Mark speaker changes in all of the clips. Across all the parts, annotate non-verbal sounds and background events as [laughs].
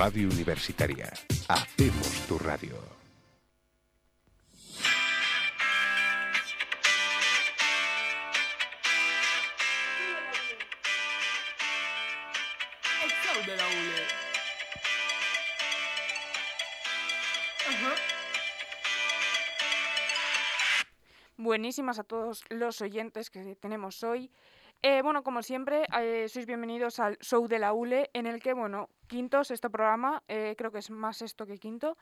Speaker 1: Radio Universitaria. Hacemos tu radio.
Speaker 2: El show de la ULE. Ajá.
Speaker 3: Buenísimas a todos los oyentes que tenemos hoy. Eh, bueno, como siempre, eh, sois bienvenidos al show de la ULE, en el que, bueno, quinto, sexto programa, eh, creo que es más sexto que quinto,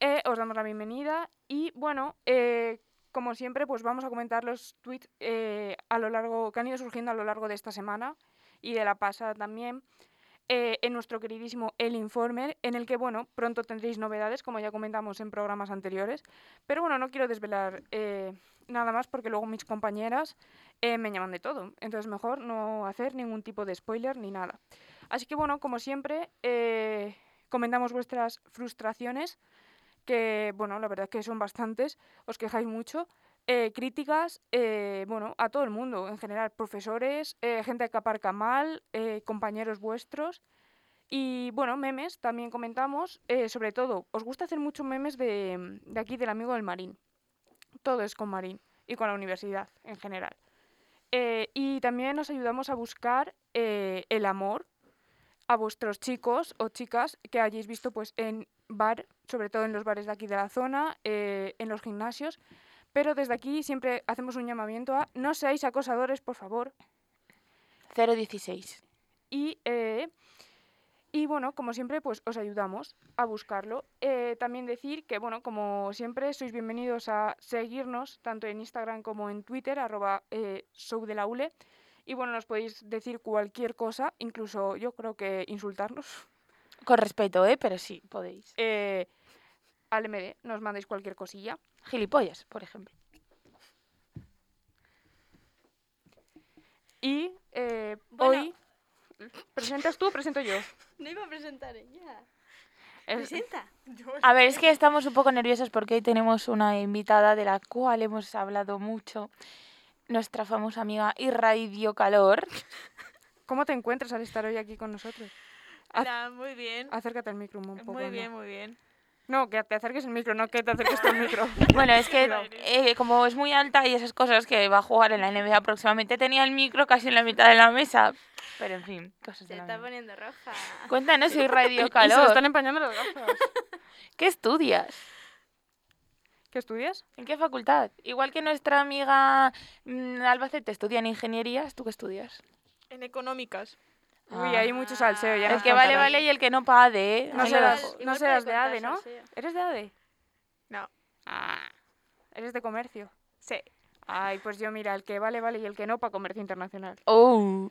Speaker 3: eh, os damos la bienvenida y, bueno, eh, como siempre, pues vamos a comentar los tweets eh, a lo largo, que han ido surgiendo a lo largo de esta semana y de la pasada también, eh, en nuestro queridísimo El Informer, en el que, bueno, pronto tendréis novedades, como ya comentamos en programas anteriores, pero bueno, no quiero desvelar eh, nada más porque luego mis compañeras eh, me llaman de todo. Entonces mejor no hacer ningún tipo de spoiler ni nada. Así que bueno, como siempre, eh, comentamos vuestras frustraciones, que bueno, la verdad es que son bastantes, os quejáis mucho. eh, críticas, eh, bueno, a todo el mundo en general, profesores, eh, gente que aparca mal, eh, compañeros vuestros. Y bueno, memes también comentamos, eh, sobre todo, os gusta hacer muchos memes de, de aquí, del amigo del Marín. Todo es con Marín y con la universidad en general. Eh, y también nos ayudamos a buscar eh, el amor a vuestros chicos o chicas que hayáis visto pues en bar, sobre todo en los bares de aquí de la zona, eh, en los gimnasios. Pero desde aquí siempre hacemos un llamamiento a no seáis acosadores, por favor.
Speaker 4: 016.
Speaker 3: Y, eh, y bueno, como siempre, pues os ayudamos a buscarlo. Eh, también decir que, bueno, como siempre, sois bienvenidos a seguirnos tanto en Instagram como en Twitter, arroba eh, showdelaule. Y bueno, nos podéis decir cualquier cosa, incluso yo creo que insultarnos. [laughs]
Speaker 4: Con respeto, ¿eh? Pero sí, podéis.
Speaker 3: Eh, al MD, nos mandéis cualquier cosilla.
Speaker 4: Gilipollas, por ejemplo.
Speaker 3: Y eh,
Speaker 5: Bueno.
Speaker 3: hoy, ¿presentas tú o presento yo?
Speaker 5: No iba a presentar ella.
Speaker 3: El-
Speaker 5: Presenta.
Speaker 4: A ver, es que estamos un poco nerviosos porque hoy tenemos una invitada de la cual hemos hablado mucho. Nuestra famosa amiga Irradio Calor.
Speaker 3: ¿Cómo te encuentras al estar hoy aquí con nosotros? Haz-
Speaker 5: Hola, muy
Speaker 4: Ah,
Speaker 5: bien.
Speaker 3: Acércate al micro un poco.
Speaker 5: Muy
Speaker 3: Ana.
Speaker 5: bien, muy bien.
Speaker 3: No, que te acerques el micro, no que te acerques tú al micro.
Speaker 5: [laughs]
Speaker 4: Bueno, es que
Speaker 5: Claro.
Speaker 4: eh, como es muy alta y esas cosas que va a jugar en la NBA próximamente, tenía el micro casi en la mitad de la mesa. Pero en fin, cosas
Speaker 5: Se
Speaker 4: de la
Speaker 5: está
Speaker 4: vida.
Speaker 5: poniendo roja.
Speaker 4: Cuéntanos,
Speaker 3: [laughs] Y-
Speaker 4: Irradio
Speaker 3: y se lo
Speaker 4: Calor.
Speaker 3: están empañando las gafas.
Speaker 4: ¿Qué estudias?
Speaker 3: ¿Qué estudias?
Speaker 4: ¿En qué facultad? Igual que nuestra amiga mm, Albacete estudia en ingenierías, ¿tú qué estudias?
Speaker 6: En económicas.
Speaker 3: Uy, hay mucho salseo ya.
Speaker 5: Ah.
Speaker 4: El
Speaker 3: nos
Speaker 4: que vale,
Speaker 3: contarás.
Speaker 4: vale y el que no pade. ¿eh?
Speaker 3: No
Speaker 4: Ahí
Speaker 3: serás-
Speaker 4: lo dejo.
Speaker 3: no serás de ADE, ¿no? ¿Eres de ADE?
Speaker 6: No.
Speaker 3: Ah, ¿Eres de comercio?
Speaker 6: Sí.
Speaker 3: Ay, pues yo mira, el que vale, vale y el que no para comercio internacional.
Speaker 4: Oh.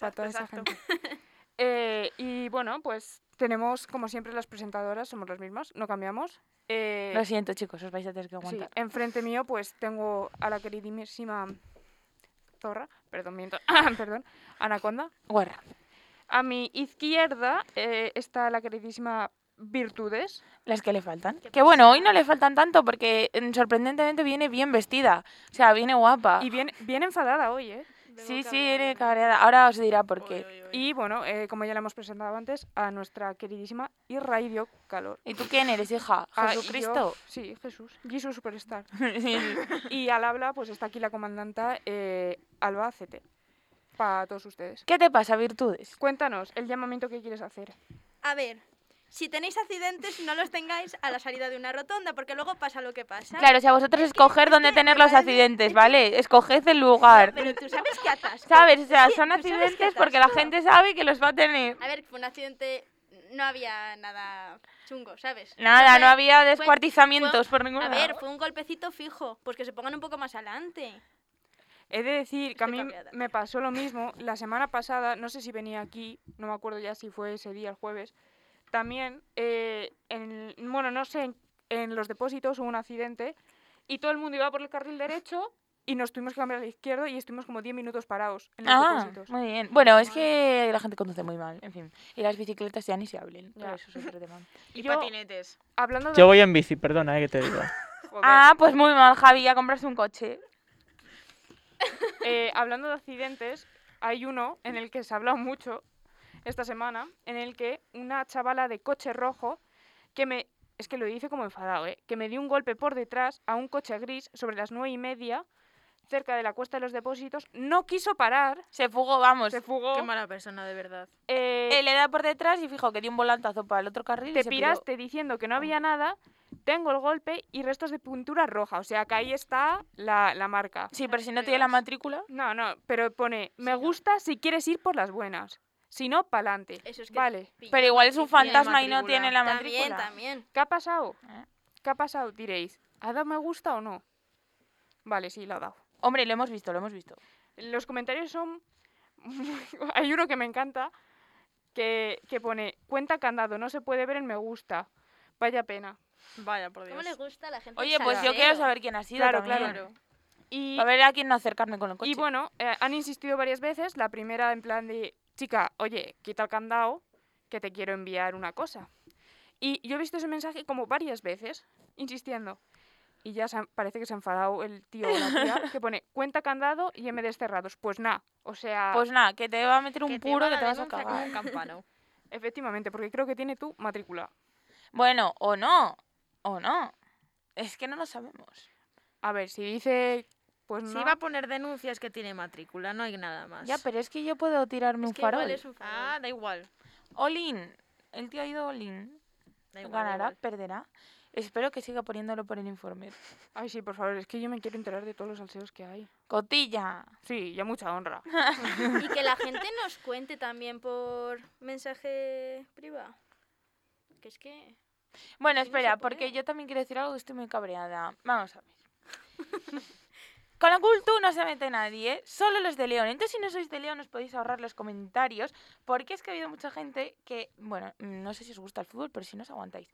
Speaker 3: para toda esa
Speaker 6: exacto.
Speaker 3: gente. Eh, y bueno, pues tenemos como siempre las presentadoras, somos las mismas, no cambiamos. Eh,
Speaker 4: Lo siento, chicos, os vais a tener
Speaker 3: Sí,
Speaker 4: que aguantar.
Speaker 3: enfrente mío pues tengo a la queridísima zorra, perdón, miento, [coughs] perdón, anaconda.
Speaker 4: Guarra.
Speaker 3: A mi izquierda eh, está la queridísima Virtudes.
Speaker 4: Las que le faltan.
Speaker 5: ¿Qué
Speaker 4: Que bueno, hoy no le faltan tanto porque mm, sorprendentemente viene bien vestida. O sea, viene guapa.
Speaker 3: Y bien, bien enfadada hoy, ¿eh?
Speaker 4: Sí, sí, viene cabreada. Ahora os dirá por qué.
Speaker 6: Y
Speaker 3: Y bueno, eh, como ya la hemos presentado antes, a nuestra queridísima Irraidio Calor.
Speaker 4: ¿Y tú quién eres, hija?
Speaker 3: Ah, y yo- [laughs]
Speaker 4: ¿Jesucristo? [laughs]
Speaker 3: sí, Jesús. Jesús Superstar. y al habla, pues está aquí la comandanta eh, Albacete. Para todos ustedes.
Speaker 4: ¿Qué te pasa, virtudes?
Speaker 3: Cuéntanos el llamamiento que quieres hacer.
Speaker 5: A ver, si tenéis accidentes, no los tengáis a la salida de una rotonda, porque luego pasa lo que pasa.
Speaker 4: Claro, o sea, vosotros escoger dónde
Speaker 5: es que
Speaker 4: tener
Speaker 5: me
Speaker 4: los
Speaker 5: parece-
Speaker 4: accidentes, ¿vale? Escoged el
Speaker 5: Ya,
Speaker 4: lugar.
Speaker 5: Pero tú sabes que atasco.
Speaker 4: ¿Sabes? O sea,
Speaker 5: Oye,
Speaker 4: son
Speaker 5: ¿tú sabes qué
Speaker 4: accidentes porque la
Speaker 5: atasco?
Speaker 4: gente sabe que los va a tener.
Speaker 5: A ver, fue un accidente. No había nada chungo, ¿sabes?
Speaker 4: Nada, no
Speaker 5: Fue-
Speaker 4: había
Speaker 5: fue-
Speaker 4: descuartizamientos por ningún
Speaker 5: A
Speaker 4: lado.
Speaker 5: ver, fue un golpecito fijo. Pues que se pongan un poco más adelante.
Speaker 3: He de decir que a
Speaker 5: Estoy
Speaker 3: mí
Speaker 5: cabreada.
Speaker 3: me pasó lo mismo la semana pasada, no sé si venía aquí, no me acuerdo ya si fue ese día, el jueves. También, eh, en, bueno, no sé, en, en los depósitos hubo un accidente y todo el mundo iba por el carril derecho y nos tuvimos que cambiar al izquierdo y estuvimos como 10 minutos parados en los
Speaker 4: Ah,
Speaker 3: depósitos.
Speaker 4: muy bien. Bueno, es que la gente conduce muy mal, en fin. Y las bicicletas ya ni se hablen, pero
Speaker 3: Ya.
Speaker 4: eso es
Speaker 3: [laughs]
Speaker 4: otro tema.
Speaker 3: Y yo,
Speaker 6: patinetes.
Speaker 3: hablando de...
Speaker 7: Yo voy en bici, perdona, eh, que te digo.
Speaker 3: Joder.
Speaker 4: Ah, pues muy mal, Javi, a comprarse un coche.
Speaker 3: Eh, hablando de accidentes, hay uno en el que se ha hablado mucho, esta semana en el que una chavala de coche rojo que me... Es que lo dice como enfadado, ¿eh? Que me dio un golpe por detrás a un coche gris sobre las nueve y media cerca de la cuesta de los depósitos. No quiso parar.
Speaker 4: Se fugó, vamos.
Speaker 3: Se fugó.
Speaker 7: Qué mala persona, de verdad.
Speaker 3: eh,
Speaker 4: Eh, le da por detrás y fijo que dio un volantazo para el otro carril. y
Speaker 3: te
Speaker 4: se piró.
Speaker 3: piraste diciendo que no había nada, tengo el golpe y restos de pintura roja. O sea que ahí está la, la marca.
Speaker 4: Sí, pero si no tiene la matrícula.
Speaker 3: No, no, pero pone, me gusta si quieres ir por las buenas. Si no, pa'lante.
Speaker 5: Eso es que
Speaker 3: Vale.
Speaker 5: pilla.
Speaker 4: Pero igual es un
Speaker 5: Sí, tiene
Speaker 4: fantasma y no
Speaker 7: matrícula.
Speaker 4: tiene la matrícula.
Speaker 5: También, también.
Speaker 3: ¿Qué ha pasado?
Speaker 4: Ah.
Speaker 3: ¿Qué ha pasado? Diréis, ¿ha dado me gusta o no? Vale, sí, lo ha dado.
Speaker 4: Hombre, lo hemos visto, lo hemos visto.
Speaker 3: Los comentarios son... [laughs] Hay uno que me encanta, que, que pone, cuenta candado, no se puede ver en me gusta. Vaya pena.
Speaker 7: Vaya, por Dios.
Speaker 5: ¿Cómo le gusta a la gente?
Speaker 4: Oye,
Speaker 5: el
Speaker 4: pues yo
Speaker 5: salseo?
Speaker 4: quiero saber quién ha sido
Speaker 3: Claro,
Speaker 4: también.
Speaker 3: claro. Y
Speaker 4: Para ver a quién no acercarme con el coche.
Speaker 3: Y bueno, eh, han insistido varias veces. La primera en plan de, chica, oye, quita el candado, que te quiero enviar una cosa. Y yo he visto ese mensaje como varias veces, insistiendo. Y ya se ha- parece que se ha enfadado el tío o la tía, que pone, cuenta candado y MDs cerrados. Pues nada, o sea,
Speaker 4: Pues nada, que te va a meter un
Speaker 7: Que
Speaker 4: puro
Speaker 7: va
Speaker 4: que
Speaker 7: la
Speaker 4: te vas a
Speaker 7: denuncia
Speaker 4: cagar.
Speaker 7: como
Speaker 4: [laughs]
Speaker 7: un campano.
Speaker 3: efectivamente, porque creo que tiene tu matrícula.
Speaker 4: Bueno, o no, o no. Es que no lo sabemos.
Speaker 3: A ver, si dice, pues
Speaker 7: Si
Speaker 3: no.
Speaker 7: va a poner denuncias que tiene matrícula, no hay nada más.
Speaker 4: Ya, pero es que yo puedo tirarme un
Speaker 5: Es que
Speaker 4: farol.
Speaker 5: igual es un farol.
Speaker 7: Ah, da igual.
Speaker 4: Olin, el tío ha ido Olin.
Speaker 7: Da igual, da
Speaker 4: Ganará,
Speaker 7: igual.
Speaker 4: perderá. Espero que siga poniéndolo por el informe.
Speaker 3: Ay, sí, por favor, es que yo me quiero enterar de todos los salseos que hay.
Speaker 4: Cotilla.
Speaker 3: Sí, ya mucha honra.
Speaker 5: Ah, Y que la gente nos cuente también por mensaje privado. Que es que...
Speaker 4: Bueno,
Speaker 5: Sí, no se
Speaker 4: espera,
Speaker 5: puede.
Speaker 4: porque yo también quiero decir algo que estoy muy cabreada. Vamos a ver. Con la cultura no se mete nadie, ¿eh? solo los de León. Entonces, si no sois de León, os podéis ahorrar los comentarios, porque es que ha habido mucha gente que, bueno, mm, no sé si os gusta el fútbol, pero si no os aguantáis.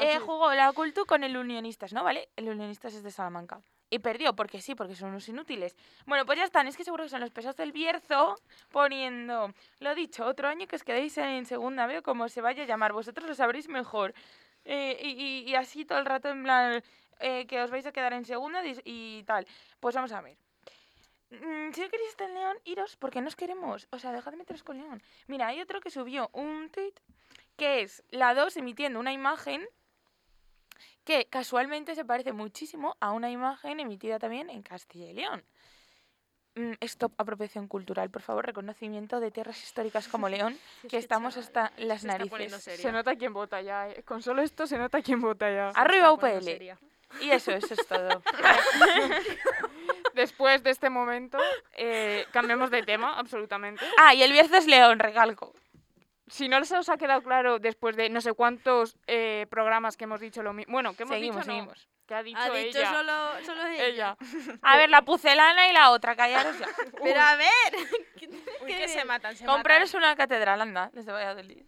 Speaker 4: Eh, jugó la cultura con el Unionistas, ¿no? ¿Vale? El Unionistas es de Salamanca. Y perdió, porque sí, porque son unos inútiles. Bueno, pues ya están, es que seguro que son los pesados del Bierzo poniendo, lo dicho, otro año que os quedéis en segunda veo como se vaya a llamar, vosotros lo sabréis mejor. Eh, y, y- y así todo el rato en plan, eh, que os vais a quedar en segunda dis- y tal. Pues vamos a ver. Mm, Si no queréis estar en León, iros porque nos queremos. O sea, dejadme meteros con León. Mira, hay otro que subió un tweet que es la 2 emitiendo una imagen que casualmente se parece muchísimo a una imagen emitida también en Castilla y León. Mm, Stop apropiación cultural, por favor, reconocimiento de tierras históricas como León, que estamos hasta las
Speaker 7: Se está poniendo
Speaker 4: narices.
Speaker 7: seria.
Speaker 3: Se nota quién vota ya, eh. Con solo esto se nota quién vota ya.
Speaker 7: Se está
Speaker 4: Arriba pues.
Speaker 7: poniendo
Speaker 4: UPL.
Speaker 7: seria.
Speaker 4: Y eso, eso es
Speaker 6: [laughs]
Speaker 4: todo.
Speaker 3: Después de este momento, eh, cambiamos de tema, absolutamente.
Speaker 4: Ah, y el viernes León, recalco.
Speaker 3: Si no se os ha quedado claro después de no sé cuántos eh, programas que hemos dicho lo mismo. Bueno, que hemos
Speaker 4: Seguimos,
Speaker 3: dicho. no,
Speaker 4: seguimos.
Speaker 3: que ha dicho,
Speaker 5: Ha dicho
Speaker 3: ella.
Speaker 5: solo, solo ella.
Speaker 3: ella.
Speaker 4: A ver, la pucelana y la otra, callaros ya.
Speaker 5: Pero a ver,
Speaker 7: [laughs] Uy, que se matan, se
Speaker 4: Compraros una catedral, anda, desde Valladolid.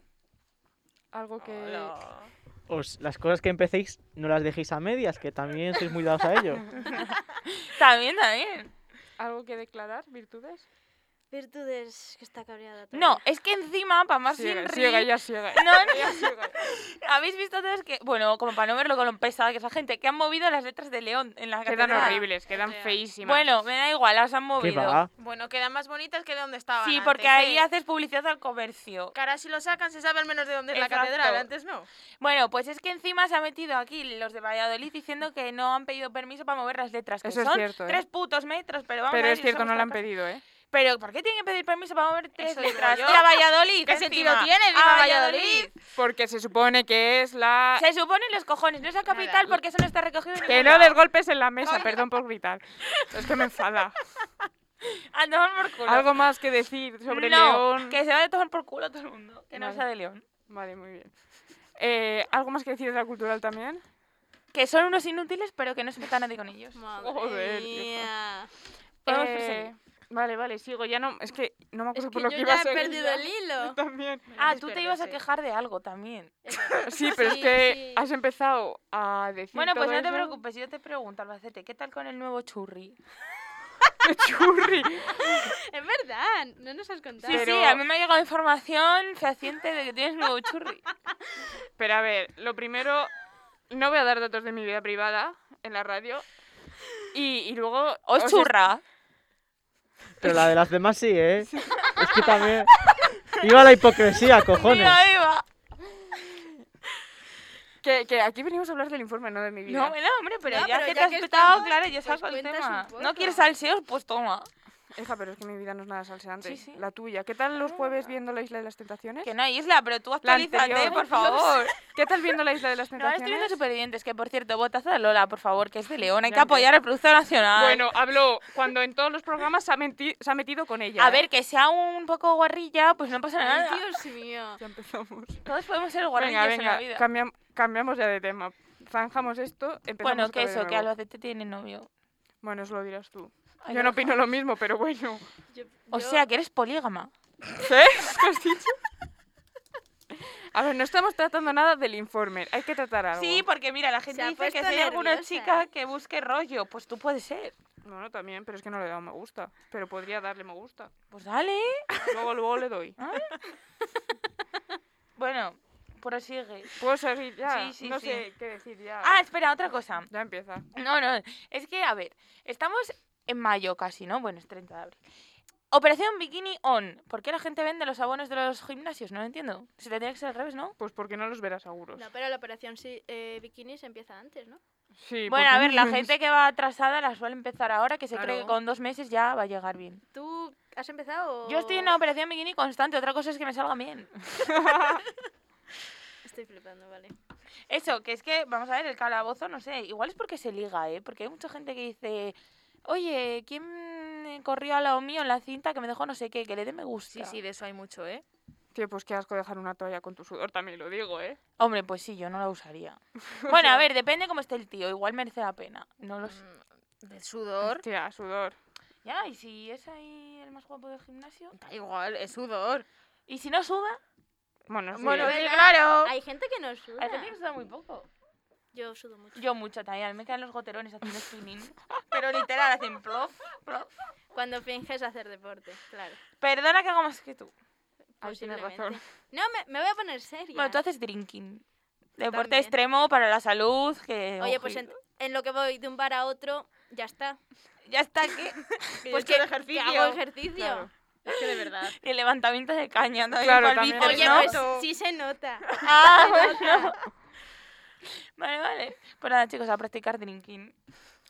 Speaker 3: Algo que.
Speaker 7: matan. Hola.
Speaker 8: Os, las cosas que empecéis no las dejéis a medias, que también sois muy dados a
Speaker 4: [laughs]
Speaker 8: ello.
Speaker 4: También, también.
Speaker 3: Algo que declarar, virtudes.
Speaker 5: Virtudes que está cabreada.
Speaker 4: No, es que encima, para más
Speaker 3: Ciega,
Speaker 4: bien
Speaker 3: ciega,
Speaker 4: reír...
Speaker 3: ella ciega.
Speaker 4: [laughs] No,
Speaker 3: Ella ciega.
Speaker 4: no, habéis visto todos que, bueno, como para no verlo con lo pesada que es la gente, que han movido las letras de León en la
Speaker 3: Quedan
Speaker 4: catedral.
Speaker 3: horribles, quedan
Speaker 6: Fea.
Speaker 3: feísimas.
Speaker 4: Bueno, me da igual, las han
Speaker 8: ¿Qué
Speaker 4: movido.
Speaker 8: va?
Speaker 6: Bueno, quedan más bonitas que de donde estaban.
Speaker 4: Sí,
Speaker 6: antes,
Speaker 4: porque ahí
Speaker 6: ¿eh?
Speaker 4: haces publicidad al comercio.
Speaker 6: Que ahora si lo sacan se sabe al menos de dónde es
Speaker 4: Exacto.
Speaker 6: la catedral, antes no.
Speaker 4: Bueno, pues es que encima se ha metido aquí los de Valladolid diciendo que no han pedido permiso para mover las letras, que
Speaker 3: Eso es
Speaker 4: son
Speaker 3: cierto, ¿eh?
Speaker 4: tres putos metros, pero vamos a
Speaker 3: Pero
Speaker 4: ver
Speaker 3: es
Speaker 4: si
Speaker 3: cierto,
Speaker 4: somos
Speaker 3: no la han
Speaker 4: tracas.
Speaker 3: pedido, ¿eh?
Speaker 4: Pero ¿por qué tienen que pedir permiso para mover tres
Speaker 6: Eso digo
Speaker 4: letras?
Speaker 6: yo.
Speaker 4: ¡Mira Valladolid!
Speaker 6: ¿Qué sentido
Speaker 4: encima!
Speaker 6: tiene? ¡Viva
Speaker 4: ¡Ah,
Speaker 6: Valladolid! Ah.
Speaker 3: Porque se supone que es la.
Speaker 4: Se supone los cojones, no es la capital porque eso no está recogido en
Speaker 3: Que
Speaker 4: ningún
Speaker 3: no
Speaker 4: lado.
Speaker 3: des golpes en la mesa, perdón por gritar. Es que me enfada.
Speaker 4: A tomar por culo.
Speaker 3: Algo más que decir sobre
Speaker 4: no,
Speaker 3: León.
Speaker 4: que se va a tomar por culo todo el mundo, que no
Speaker 3: Vale.
Speaker 4: sea de León.
Speaker 3: Vale, muy bien. Eh, ¿Algo más que decir de la cultural también?
Speaker 4: Que son unos inútiles, pero que no se meta nadie con
Speaker 6: [laughs]
Speaker 4: ellos.
Speaker 5: Madre
Speaker 3: Joder, tío.
Speaker 5: mía.
Speaker 4: Podemos
Speaker 3: Eh,
Speaker 4: proseguir.
Speaker 3: vale, vale, sigo. Ya no, es que no me
Speaker 5: Es
Speaker 3: acuerdo
Speaker 5: que
Speaker 3: por
Speaker 5: yo
Speaker 3: lo que iba
Speaker 5: ya
Speaker 3: a
Speaker 5: he
Speaker 3: seguir.
Speaker 5: perdido
Speaker 3: ya.
Speaker 5: el hilo.
Speaker 4: [laughs]
Speaker 5: [laughs]
Speaker 3: Yo [laughs] también.
Speaker 4: Ah, tú te ibas a
Speaker 7: Disperderse.
Speaker 4: quejar de algo también.
Speaker 3: Sí, pero es
Speaker 5: Sí,
Speaker 3: que
Speaker 5: sí.
Speaker 3: has empezado a decir
Speaker 4: Bueno, pues
Speaker 3: todo
Speaker 4: no te
Speaker 3: eso.
Speaker 4: preocupes, yo te pregunto, Albacete, ¿qué tal con el nuevo churri?
Speaker 3: [laughs] Churri.
Speaker 5: Es verdad, no nos has contado.
Speaker 4: Sí, sí,
Speaker 3: Pero-
Speaker 4: a mí me ha llegado información fehaciente de que tienes nuevo churri.
Speaker 3: Pero a ver, lo primero, no voy a dar datos de mi vida privada en la radio. Y, y luego...
Speaker 4: [laughs] ¡O
Speaker 3: os
Speaker 4: Oh, churra!
Speaker 8: Pero la de las demás sí, ¿eh? Es que también... ¡Viva la hipocresía, cojones!
Speaker 4: Viva, viva.
Speaker 3: Que, que aquí venimos a hablar del informe, no de mi vida.
Speaker 4: No, bueno, hombre, pero
Speaker 5: No,
Speaker 4: ya
Speaker 5: pero
Speaker 4: que
Speaker 5: ya
Speaker 4: te has
Speaker 5: que
Speaker 4: petado,
Speaker 5: estamos,
Speaker 4: claro, yo
Speaker 5: pues
Speaker 4: saco el
Speaker 5: cuentas
Speaker 4: tema.
Speaker 5: un poco.
Speaker 4: ¿No quieres salseos? Pues toma.
Speaker 3: Hija, pero es que mi vida no es nada salseante.
Speaker 4: Sí, sí.
Speaker 3: La tuya. ¿Qué tal los jueves viendo la Isla de las Tentaciones?
Speaker 4: Que no hay isla, pero tú
Speaker 3: La
Speaker 4: actualízate,
Speaker 3: anterior.
Speaker 4: por favor.
Speaker 3: [laughs] ¿Qué tal viendo la Isla de las
Speaker 4: No, estoy viendo
Speaker 3: Tentaciones?
Speaker 4: Supervivientes, que por cierto, votazo a Lola, por favor, que es de León. Hay
Speaker 3: Ya
Speaker 4: que
Speaker 3: ves.
Speaker 4: apoyar al Producto Nacional.
Speaker 3: bueno, habló cuando en todos los programas se ha, menti- se ha metido con ella.
Speaker 4: a
Speaker 3: ¿eh?
Speaker 4: ver, que sea un poco guarrilla, pues no pasa
Speaker 5: Ay,
Speaker 4: nada.
Speaker 5: Dios mío.
Speaker 3: Ya empezamos.
Speaker 4: Todos podemos ser
Speaker 3: Venga,
Speaker 4: guarrillas en la
Speaker 3: venga,
Speaker 4: vida.
Speaker 3: cambiam- cambiamos ya de tema. Zanjamos esto, empezamos
Speaker 4: Bueno,
Speaker 3: otra
Speaker 4: que
Speaker 3: vez de
Speaker 4: eso, que
Speaker 3: nuevo.
Speaker 4: Albacete tiene este novio.
Speaker 3: Bueno, eso lo dirás tú.
Speaker 4: Ay,
Speaker 3: Yo no
Speaker 4: Alba-
Speaker 3: opino lo mismo, pero
Speaker 4: [laughs]
Speaker 3: bueno.
Speaker 5: Yo-
Speaker 4: O
Speaker 5: yo-
Speaker 4: sea, que eres polígama.
Speaker 3: ¿Qué? [laughs] ¿Qué has dicho? A ver, no estamos tratando nada del informe. Hay que tratar algo.
Speaker 4: Sí, porque mira, la gente
Speaker 5: ha
Speaker 4: dice que si
Speaker 5: puesto
Speaker 4: hay alguna
Speaker 5: nerviosa,
Speaker 4: chica
Speaker 5: ¿eh?
Speaker 4: que busque rollo, pues tú puedes ser.
Speaker 3: No, no, también, pero es que no le he dado me gusta. Pero podría darle me gusta.
Speaker 4: Pues dale.
Speaker 3: Luego, luego le doy.
Speaker 4: Bueno, prosigue.
Speaker 3: ¿Puedo seguir ya?
Speaker 4: Sí, sí,
Speaker 3: no
Speaker 4: sí.
Speaker 3: sé qué decir ya.
Speaker 4: Ah, espera, otra cosa.
Speaker 3: Ya empieza.
Speaker 4: No, no, es que, a ver, estamos en mayo casi, ¿no? Bueno, es 30 de abril. Operación Bikini On. ¿Por qué la gente vende los abonos de los gimnasios? No lo entiendo. Se tendría que ser al revés, ¿no?
Speaker 3: Pues porque no los verás seguros.
Speaker 5: No, pero la operación sí, eh, bikinis empieza antes, ¿no?
Speaker 3: Sí,
Speaker 4: bueno, a
Speaker 3: porque-
Speaker 4: ver, la gente que va atrasada la suele empezar ahora, que se cree que
Speaker 3: Claro.
Speaker 4: con dos meses ya va a llegar bien.
Speaker 5: ¿Tú has empezado o...?
Speaker 4: Yo estoy en
Speaker 3: Pues
Speaker 4: una operación bikini constante, otra cosa es que me salga bien.
Speaker 5: Estoy flipando, vale.
Speaker 4: Eso, que es que, vamos a ver, el calabozo, no sé, igual es porque se liga, ¿eh? Porque hay mucha gente que dice, oye, ¿quién corrió al lado mío en la cinta que me dejó no sé qué? Que le dé me gusta.
Speaker 7: Sí, sí, de eso hay mucho, ¿eh?
Speaker 3: Tío, pues qué asco dejar una toalla con tu sudor, también lo digo, ¿eh?
Speaker 4: Hombre, pues sí, yo no la usaría. Bueno, a ver, depende cómo esté el tío. Igual merece la pena. No lo sé.
Speaker 7: Mm, Del sudor.
Speaker 3: Tía, sudor.
Speaker 4: Ya, y si es ahí el más guapo del gimnasio.
Speaker 7: Da igual, es sudor.
Speaker 4: Y si no suda,
Speaker 3: Bueno, sí.
Speaker 7: Bueno,
Speaker 3: eh.
Speaker 7: sí, claro.
Speaker 5: Hay gente que no suda.
Speaker 4: hay gente que suda muy poco.
Speaker 5: Yo sudo mucho.
Speaker 4: Yo mucho también. a mí Me quedan los goterones haciendo spinning. Pero literal, hacen plof, plof.
Speaker 5: Cuando finges hacer deporte, claro.
Speaker 4: Perdona que hago más que tú.
Speaker 3: Ahí tienes
Speaker 5: posiblemente.
Speaker 3: razón.
Speaker 5: No, me, me voy a poner seria.
Speaker 4: Bueno, tú haces drinking. Deporte
Speaker 5: También.
Speaker 4: extremo para la salud. Que,
Speaker 5: Oye, pues en,
Speaker 4: ojito.
Speaker 5: en lo que voy de un bar a otro, ya está.
Speaker 4: Ya está que.
Speaker 5: Pues que, que hago ejercicio.
Speaker 3: Claro.
Speaker 7: Es que de verdad.
Speaker 4: Y el levantamiento de caña también.
Speaker 3: Claro,
Speaker 4: para el
Speaker 3: también
Speaker 4: bíceps,
Speaker 5: Oye,
Speaker 4: ¿no?
Speaker 5: pues sí se nota.
Speaker 4: [laughs] Ah, bueno. Vale, vale. Pues nada, chicos, a practicar drinking.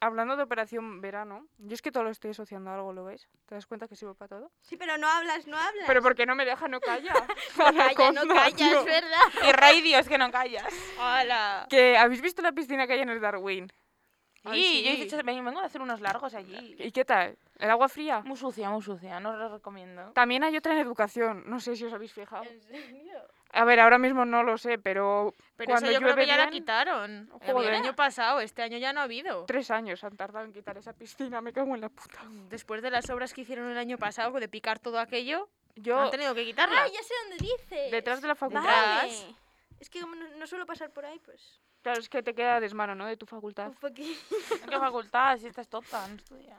Speaker 3: Hablando de operación verano, yo es que todo lo estoy asociando a algo, ¿lo veis? ¿Te das cuenta que sirve para todo?
Speaker 5: Sí, pero no hablas, no hablas.
Speaker 3: Pero porque no me deja, no calla.
Speaker 4: [laughs]
Speaker 3: [laughs]
Speaker 5: calla, no
Speaker 3: Anaconda,
Speaker 5: calla,
Speaker 3: tío.
Speaker 5: es verdad.
Speaker 4: Y ray Dios que no callas.
Speaker 7: ¡Hala!
Speaker 3: Que habéis visto la piscina que hay en el Darwin.
Speaker 4: y
Speaker 7: Ay,
Speaker 4: yo he
Speaker 7: sí.
Speaker 4: dicho, "Ven- vengo a hacer unos largos allí.
Speaker 3: ¿Y qué tal? ¿El agua fría?
Speaker 4: Muy sucia, muy sucia, no os lo recomiendo.
Speaker 3: También hay otra en educación, no sé si os habéis fijado.
Speaker 5: ¿En serio?
Speaker 3: A ver, ahora mismo no lo sé, pero,
Speaker 7: Pero
Speaker 3: cuando
Speaker 7: eso yo creo
Speaker 3: llueve
Speaker 7: que ya la
Speaker 3: bien,
Speaker 7: quitaron.
Speaker 3: Joder.
Speaker 7: El año pasado, este año ya no ha habido.
Speaker 3: tres años han tardado en quitar esa piscina, me cago en la puta.
Speaker 7: Después de las obras que hicieron el año pasado, de picar todo aquello,
Speaker 3: Yo,
Speaker 7: han tenido que
Speaker 5: Ah,
Speaker 7: quitarla.
Speaker 5: ya sé dónde dices.
Speaker 3: detrás de la facultad,
Speaker 5: Pues, Vale. Es que como no, no suelo pasar por ahí, pues
Speaker 3: claro, es que te queda desmano, ¿no? De tu facultad.
Speaker 5: un poquito.
Speaker 4: ¿En qué facultad? Si estás tonta, no estudia.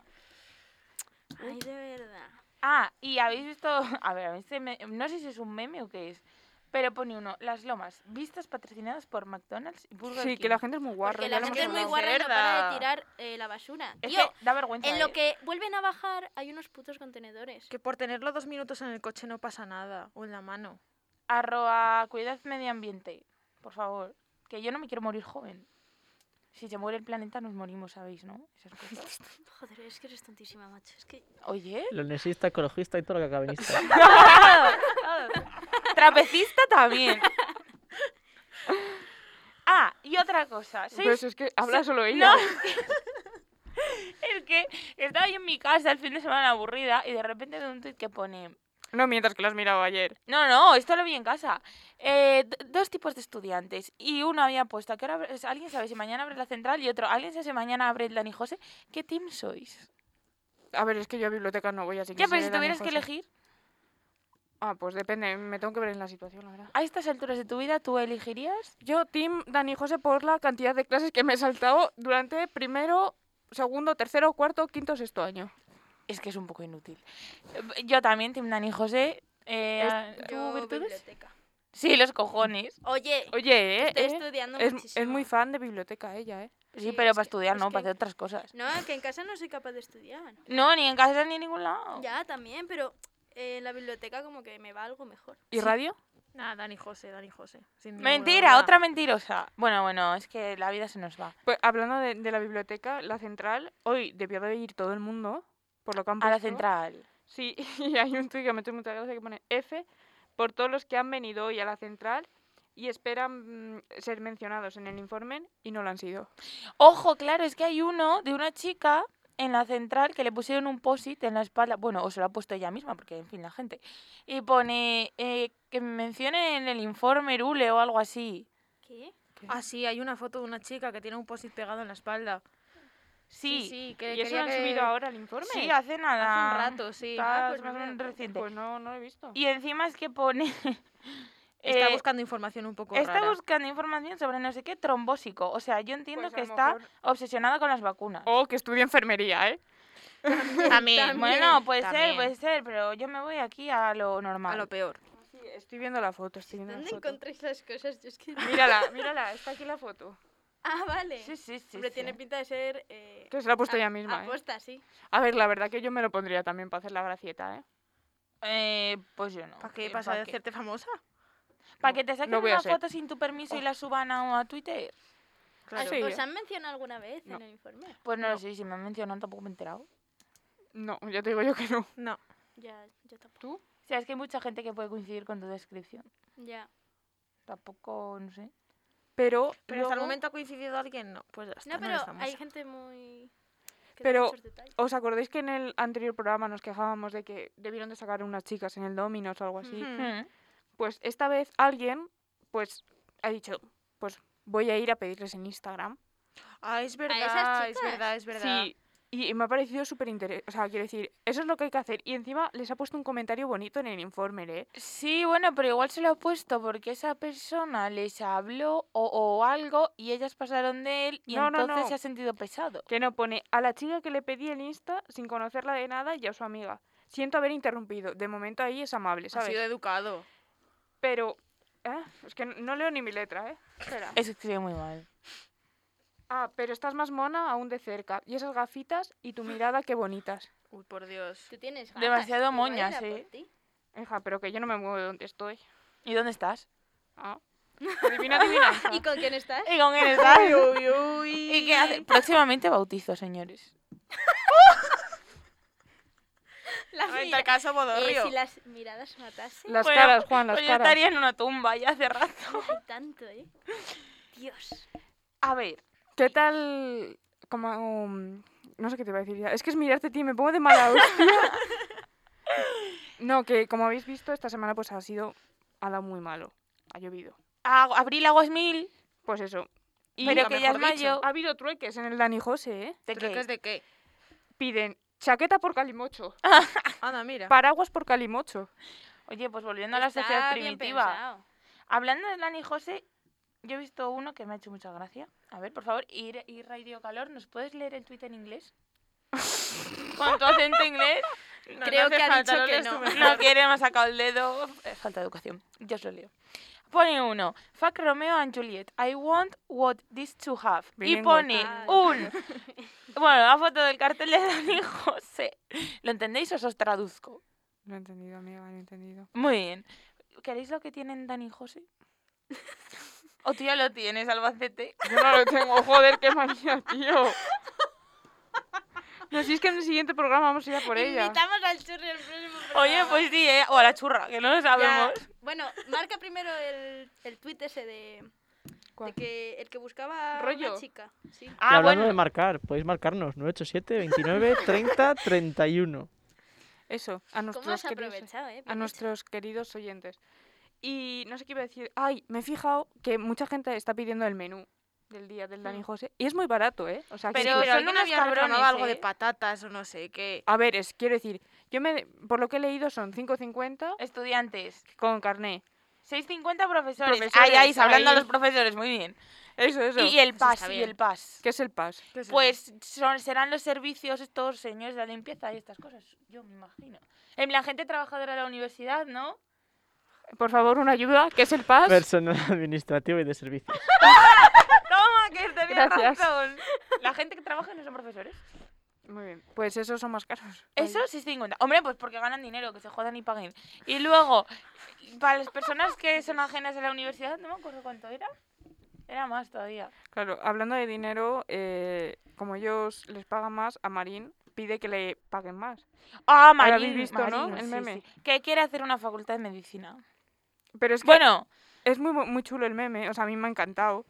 Speaker 5: Ay, de verdad.
Speaker 4: Ah, y habéis visto, [laughs] a ver, habéis visto el me- no sé si es un meme o qué es, pero pone uno, las lomas, vistas patrocinadas por McDonald's y Burger
Speaker 3: Sí,
Speaker 4: King.
Speaker 3: que la gente es muy guarra.
Speaker 5: Porque
Speaker 3: ya
Speaker 5: la
Speaker 3: lo
Speaker 5: gente es
Speaker 3: hemos
Speaker 5: muy
Speaker 3: hablado.
Speaker 5: guarra y no para
Speaker 7: Cerda.
Speaker 5: de tirar eh, la basura.
Speaker 4: Es
Speaker 5: Tío,
Speaker 4: que da vergüenza.
Speaker 5: en lo
Speaker 4: ¿eh?
Speaker 5: que vuelven a bajar hay unos putos contenedores.
Speaker 7: Que por tenerlo dos minutos en el coche no pasa nada. O en la mano.
Speaker 4: Arroba, cuidad medio ambiente, por favor. Que yo no me quiero morir joven. Si se muere el planeta nos morimos, ¿sabéis, no? Esas cosas.
Speaker 5: Joder, es que eres tontísima, macho. Es que
Speaker 4: Oye,
Speaker 8: Leonesista, ecologista y todo lo que acabenista.
Speaker 4: [laughs] trapecista también. [laughs] Ah, y otra cosa.
Speaker 3: Pero
Speaker 4: sois-
Speaker 3: si es que habla
Speaker 4: sois-
Speaker 3: solo ella.
Speaker 4: No, [laughs] es que estaba yo en mi casa el fin de semana aburrida y de repente veo un tweet que pone...
Speaker 3: No mientras que lo has mirado ayer.
Speaker 4: No, no, esto lo vi en casa. Eh, d- dos tipos de estudiantes. Y uno había puesto, ¿a qué hora abre- o sea, alguien sabe si mañana abre la central? Y otro, ¿alguien sabe si mañana abre el Dani José? ¿Qué team sois?
Speaker 3: A ver, es que yo a biblioteca no voy, así que...
Speaker 4: Ya, pero
Speaker 3: seré
Speaker 4: si
Speaker 3: Dani
Speaker 4: tuvieras que
Speaker 3: José.
Speaker 4: elegir,
Speaker 3: Ah, pues depende, me tengo que ver en la situación, la verdad.
Speaker 4: a estas alturas de tu vida, ¿tú elegirías?
Speaker 3: Yo, Team Dani José, por la cantidad de clases que me he saltado durante primero, segundo, tercero, cuarto, quinto, sexto año.
Speaker 4: Es que es un poco inútil. Eh, Yo también, Team Dani José. Eh, ¿Tú
Speaker 5: yo
Speaker 4: virtudes?
Speaker 5: biblioteca.
Speaker 4: Sí, los cojones.
Speaker 5: Oye,
Speaker 3: Oye, ¿eh?
Speaker 5: estoy
Speaker 3: ¿eh?
Speaker 5: estudiando
Speaker 3: Es, es
Speaker 5: muchísimo.
Speaker 3: muy fan de biblioteca ella, ¿eh?
Speaker 4: Sí,
Speaker 5: Sí,
Speaker 4: pero
Speaker 5: es
Speaker 4: para
Speaker 5: que-
Speaker 4: estudiar,
Speaker 5: es
Speaker 4: no, para
Speaker 5: que-
Speaker 4: hacer otras cosas.
Speaker 5: No, que en casa no soy capaz de estudiar.
Speaker 3: Oh.
Speaker 4: No, ni en casa ni en ningún lado.
Speaker 5: Ya, también, pero eh, en la biblioteca como que me va algo mejor.
Speaker 3: ¿Y radio?
Speaker 7: Nada, Dani José, Dani José. sin ninguna
Speaker 4: Mentira,
Speaker 7: duda.
Speaker 4: otra mentirosa. Bueno, bueno, es que la vida se nos va.
Speaker 3: Pues hablando de, de la biblioteca, la central, hoy debió de ir todo el mundo, por lo que han
Speaker 4: A la
Speaker 3: puesto.
Speaker 4: central.
Speaker 3: Sí, [laughs] y hay un tuit que me hace mucha gracia que pone F por todos los que han venido hoy a la central y esperan mm, ser mencionados en el informe y no lo han sido.
Speaker 4: Ojo, claro, es que hay uno de una chica en la central que le pusieron un posit en la espalda. Bueno, o se lo ha puesto ella misma, porque en fin, la gente. Y pone eh, que mencione en el informe Rule o algo así.
Speaker 5: ¿Qué?
Speaker 7: Ah, sí, hay una foto de una chica que tiene un post pegado en la espalda.
Speaker 4: Sí,
Speaker 7: sí,
Speaker 4: sí,
Speaker 7: que
Speaker 6: Eh,
Speaker 3: ¿Y eso
Speaker 7: quería
Speaker 3: lo han
Speaker 7: que-
Speaker 3: subido ahora el informe?
Speaker 4: hace nada.
Speaker 7: Hace un rato, sí.
Speaker 4: Está
Speaker 3: Ah, pues
Speaker 4: más o
Speaker 3: mira,
Speaker 4: menos reciente.
Speaker 3: Pues no, no lo he visto.
Speaker 4: Y encima es que pone. [laughs]
Speaker 7: Está
Speaker 4: eh,
Speaker 7: buscando información un poco
Speaker 4: está
Speaker 7: rara.
Speaker 4: buscando información sobre no sé qué trombósico. O sea, yo entiendo
Speaker 3: Pues a
Speaker 4: que
Speaker 3: lo
Speaker 4: está
Speaker 3: mejor-
Speaker 4: obsesionada con las vacunas. [laughs]
Speaker 3: Oh, que estudia enfermería, ¿eh?
Speaker 7: También,
Speaker 4: Bueno, puede ser,
Speaker 7: también.
Speaker 4: puede ser, pero yo me voy aquí a lo normal.
Speaker 7: A lo peor.
Speaker 3: Sí, estoy viendo la foto, estoy viendo
Speaker 5: ¿Dónde
Speaker 3: la foto. Ah.
Speaker 5: encontráis las cosas? Yo es que...
Speaker 3: Mírala, mírala, está aquí la foto.
Speaker 5: [laughs] Ah, vale.
Speaker 4: Sí, sí, sí.
Speaker 5: Hombre,
Speaker 4: sí.
Speaker 5: tiene pinta de ser... Eh,
Speaker 3: Que se la ha puesto
Speaker 5: a-
Speaker 3: ella misma, ¿eh?
Speaker 5: Aposta, sí.
Speaker 3: A ver, la verdad que yo me lo pondría también para hacer la gracieta, ¿eh?
Speaker 4: Eh, pues yo no.
Speaker 7: ¿Para
Speaker 4: Eh,
Speaker 7: qué? ¿Para
Speaker 4: ¿pa' qué?
Speaker 7: hacerte famosa?
Speaker 4: ¿Para que te saquen
Speaker 3: voy a
Speaker 4: una
Speaker 3: hacer.
Speaker 4: foto sin tu permiso y la suban a, a Twitter?
Speaker 5: Al-
Speaker 3: Sí,
Speaker 7: Pues
Speaker 5: ¿Os
Speaker 3: ¿eh?
Speaker 5: han mencionado alguna vez
Speaker 3: No.
Speaker 5: en el informe?
Speaker 4: Pues no, lo sé, si me han mencionado tampoco me he enterado. O
Speaker 3: No, ya te digo yo que no.
Speaker 7: No.
Speaker 5: Ya, yo tampoco.
Speaker 4: sea, es que hay mucha gente que puede coincidir con tu descripción.
Speaker 5: Ya.
Speaker 4: Tampoco, no sé.
Speaker 3: Pero,
Speaker 7: Pero hasta el
Speaker 3: luego,
Speaker 7: momento ha coincidido alguien, no. Pues ya está,
Speaker 5: No,
Speaker 7: no
Speaker 5: pero
Speaker 7: eres famosa.
Speaker 5: hay gente muy... que da
Speaker 3: Pero-
Speaker 5: muchos detalles.
Speaker 3: ¿os acordáis que en el anterior programa nos quejábamos de que debieron de sacar unas chicas en el Dominos o algo así?
Speaker 7: Ujú.
Speaker 4: Mm.
Speaker 3: Pues esta vez alguien, pues, ha dicho, pues voy a ir a pedirles en Instagram.
Speaker 7: Ah, es verdad, es
Speaker 5: chicas?
Speaker 7: verdad, es verdad.
Speaker 3: Sí. Y me ha parecido súper interesante. O sea, quiero decir, eso es lo que hay que hacer. Y encima les ha puesto un comentario bonito en el informe, ¿eh?
Speaker 4: Sí, bueno, pero igual se lo ha puesto porque esa persona les habló o, o algo y ellas pasaron de él y
Speaker 3: No, no,
Speaker 4: entonces
Speaker 3: no.
Speaker 4: se ha sentido pesado.
Speaker 3: Que no pone a la chica que le pedí el Insta sin conocerla de nada y a su amiga. Siento haber interrumpido. De momento ahí es amable,
Speaker 7: Ha
Speaker 3: ¿sabes?
Speaker 7: sido educado.
Speaker 3: Pero. ¿eh? Es que no leo ni mi letra, ¿eh? Espera.
Speaker 4: Eso escribe muy mal.
Speaker 3: Ah, pero estás más mona aún de cerca. Y esas gafitas y tu mirada, qué bonitas.
Speaker 7: Uy, por Dios.
Speaker 5: Tú tienes ganas.
Speaker 4: Demasiado
Speaker 5: igual
Speaker 4: moña,
Speaker 5: era
Speaker 4: sí.
Speaker 5: por ti.
Speaker 3: Hija, pero que yo no me muevo de donde estoy.
Speaker 4: ¿Y dónde estás?
Speaker 7: [laughs]
Speaker 3: Ah. Adivina, adivina.
Speaker 5: ¿Y con quién estás?
Speaker 4: [laughs] ¿Y con quién estás?
Speaker 6: [laughs]
Speaker 4: ¿Y qué hace? Próximamente bautizo, señores.
Speaker 5: La
Speaker 6: En
Speaker 5: mira-
Speaker 6: tal caso,
Speaker 5: Eh,
Speaker 6: Bodorrio.
Speaker 5: si las miradas matasen, [laughs]
Speaker 3: Las
Speaker 4: Bueno,
Speaker 3: caras, Juan, las
Speaker 4: Pues yo
Speaker 3: caras.
Speaker 4: estaría en una tumba ya hace rato.
Speaker 5: hay tanto, ¿eh? Dios.
Speaker 4: A ver,
Speaker 3: ¿Qué tal? Como. um, no sé qué te iba a decir ya. Es que es mirarte, tío, me pongo de mala hostia. [laughs] no, que como habéis visto, esta semana pues ha sido. Ha dado muy malo. Ha llovido.
Speaker 4: a- Ah, abril, aguas mil.
Speaker 3: Pues eso. Y
Speaker 4: Pero
Speaker 7: nunca
Speaker 4: que ya es
Speaker 7: mejor dicho.
Speaker 4: mayo.
Speaker 3: ha habido trueques en el Dani José, ¿eh?
Speaker 4: ¿De
Speaker 7: ¿Truques
Speaker 4: qué?
Speaker 7: de qué?
Speaker 3: Piden chaqueta por calimocho,
Speaker 7: [laughs] Anda, mira.
Speaker 3: paraguas por calimocho.
Speaker 4: Oye, pues volviendo a la sociedad primitiva. Hablando de Lani José, yo he visto uno que me ha hecho mucha gracia. A ver, por favor, ir, ir Radio Calor, ¿nos puedes leer el tuit en inglés? Con tu acento
Speaker 7: [laughs]
Speaker 4: inglés.
Speaker 7: Creo que ha dicho que no. [laughs]
Speaker 4: No quiere, me ha sacado el dedo. Eh, Falta de educación. Yo os lo leo. Pone uno, fuck Romeo and Juliet, I want what these two have.
Speaker 3: Bien
Speaker 4: y pone
Speaker 7: Ah, [laughs]
Speaker 5: engolfado.
Speaker 4: un, bueno, la foto del cartel de Dani José. ¿Lo entendéis o os, os traduzco?
Speaker 3: No he entendido, amiga, no he entendido.
Speaker 4: Muy bien. ¿Queréis lo que tienen Dani [laughs] José? ¿O tú ya Oh, lo tienes, Albacete?
Speaker 3: Yo no lo tengo, joder, qué manía, tío. No, si es que en el siguiente programa vamos a ir a por ella.
Speaker 5: Invitamos al churri el próximo programa.
Speaker 4: Oye, pues sí, ¿eh? O a la churra, que no lo
Speaker 5: Ya.
Speaker 4: sabemos.
Speaker 5: Bueno, marca primero el, el tuit ese de...
Speaker 3: ¿Cuál?
Speaker 5: de que, el que buscaba
Speaker 3: ¿Rollo?
Speaker 5: una chica. Sí.
Speaker 8: Y
Speaker 4: Ah,
Speaker 8: hablando
Speaker 4: bueno.
Speaker 8: de marcar, podéis marcarnos 987 29 30 31.
Speaker 3: Eso, a
Speaker 5: ¿Cómo
Speaker 3: nuestros
Speaker 5: has
Speaker 3: queridos,
Speaker 5: aprovechado, eh? Bien
Speaker 3: a
Speaker 5: hecho.
Speaker 3: nuestros queridos oyentes. Y no sé qué iba a decir. Ay, me he fijado que mucha gente está pidiendo el menú del día del Dani José. Y es muy barato, ¿eh? O sea, que
Speaker 4: Mm. Pero-
Speaker 3: sí,
Speaker 4: son
Speaker 7: Pero alguien
Speaker 4: unos
Speaker 7: había
Speaker 4: cabrones,
Speaker 7: reclamado algo de
Speaker 4: ¿eh?
Speaker 7: patatas o no sé qué.
Speaker 3: A ver, es, quiero decir, yo me, por lo que he leído son 5.50
Speaker 4: Estudiantes.
Speaker 3: con carné.
Speaker 4: 650 profesores.
Speaker 3: Profesores,
Speaker 4: ay, ay, hablando
Speaker 3: ahí.
Speaker 4: a los profesores, muy bien.
Speaker 3: Eso, eso.
Speaker 4: Y el
Speaker 7: está
Speaker 4: PAS, y
Speaker 7: bien.
Speaker 4: el PAS.
Speaker 3: ¿Qué es el PAS?
Speaker 4: Pues son, serán los servicios estos señores de la limpieza y estas cosas, yo me imagino. En la gente trabajadora de la universidad, ¿no?
Speaker 3: Por favor, una ayuda. ¿Qué es el
Speaker 4: Ah.
Speaker 3: PAS?
Speaker 8: Personal administrativo y de servicios.
Speaker 4: Toma, que tenía
Speaker 3: Gracias.
Speaker 4: razón. La gente que trabaja no son profesores.
Speaker 3: Muy bien. Pues esos son más caros. Vaya.
Speaker 4: Eso 6,50. Hombre, pues porque ganan dinero, que se jodan y paguen. Y luego, para las personas que son ajenas a la universidad, no me acuerdo cuánto era. Era más todavía.
Speaker 3: Claro, hablando de dinero, eh, como ellos les pagan más, a Marín pide que le paguen más.
Speaker 4: Ah,
Speaker 3: Ahora
Speaker 4: Marín,
Speaker 3: habéis visto, ¿no?
Speaker 4: Marín,
Speaker 3: El
Speaker 4: sí,
Speaker 3: meme.
Speaker 4: sí. Que quiere hacer una facultad de medicina.
Speaker 3: Pero es que
Speaker 4: Bueno,
Speaker 3: es muy, bu- muy chulo el meme, o sea, a mí me ha encantado,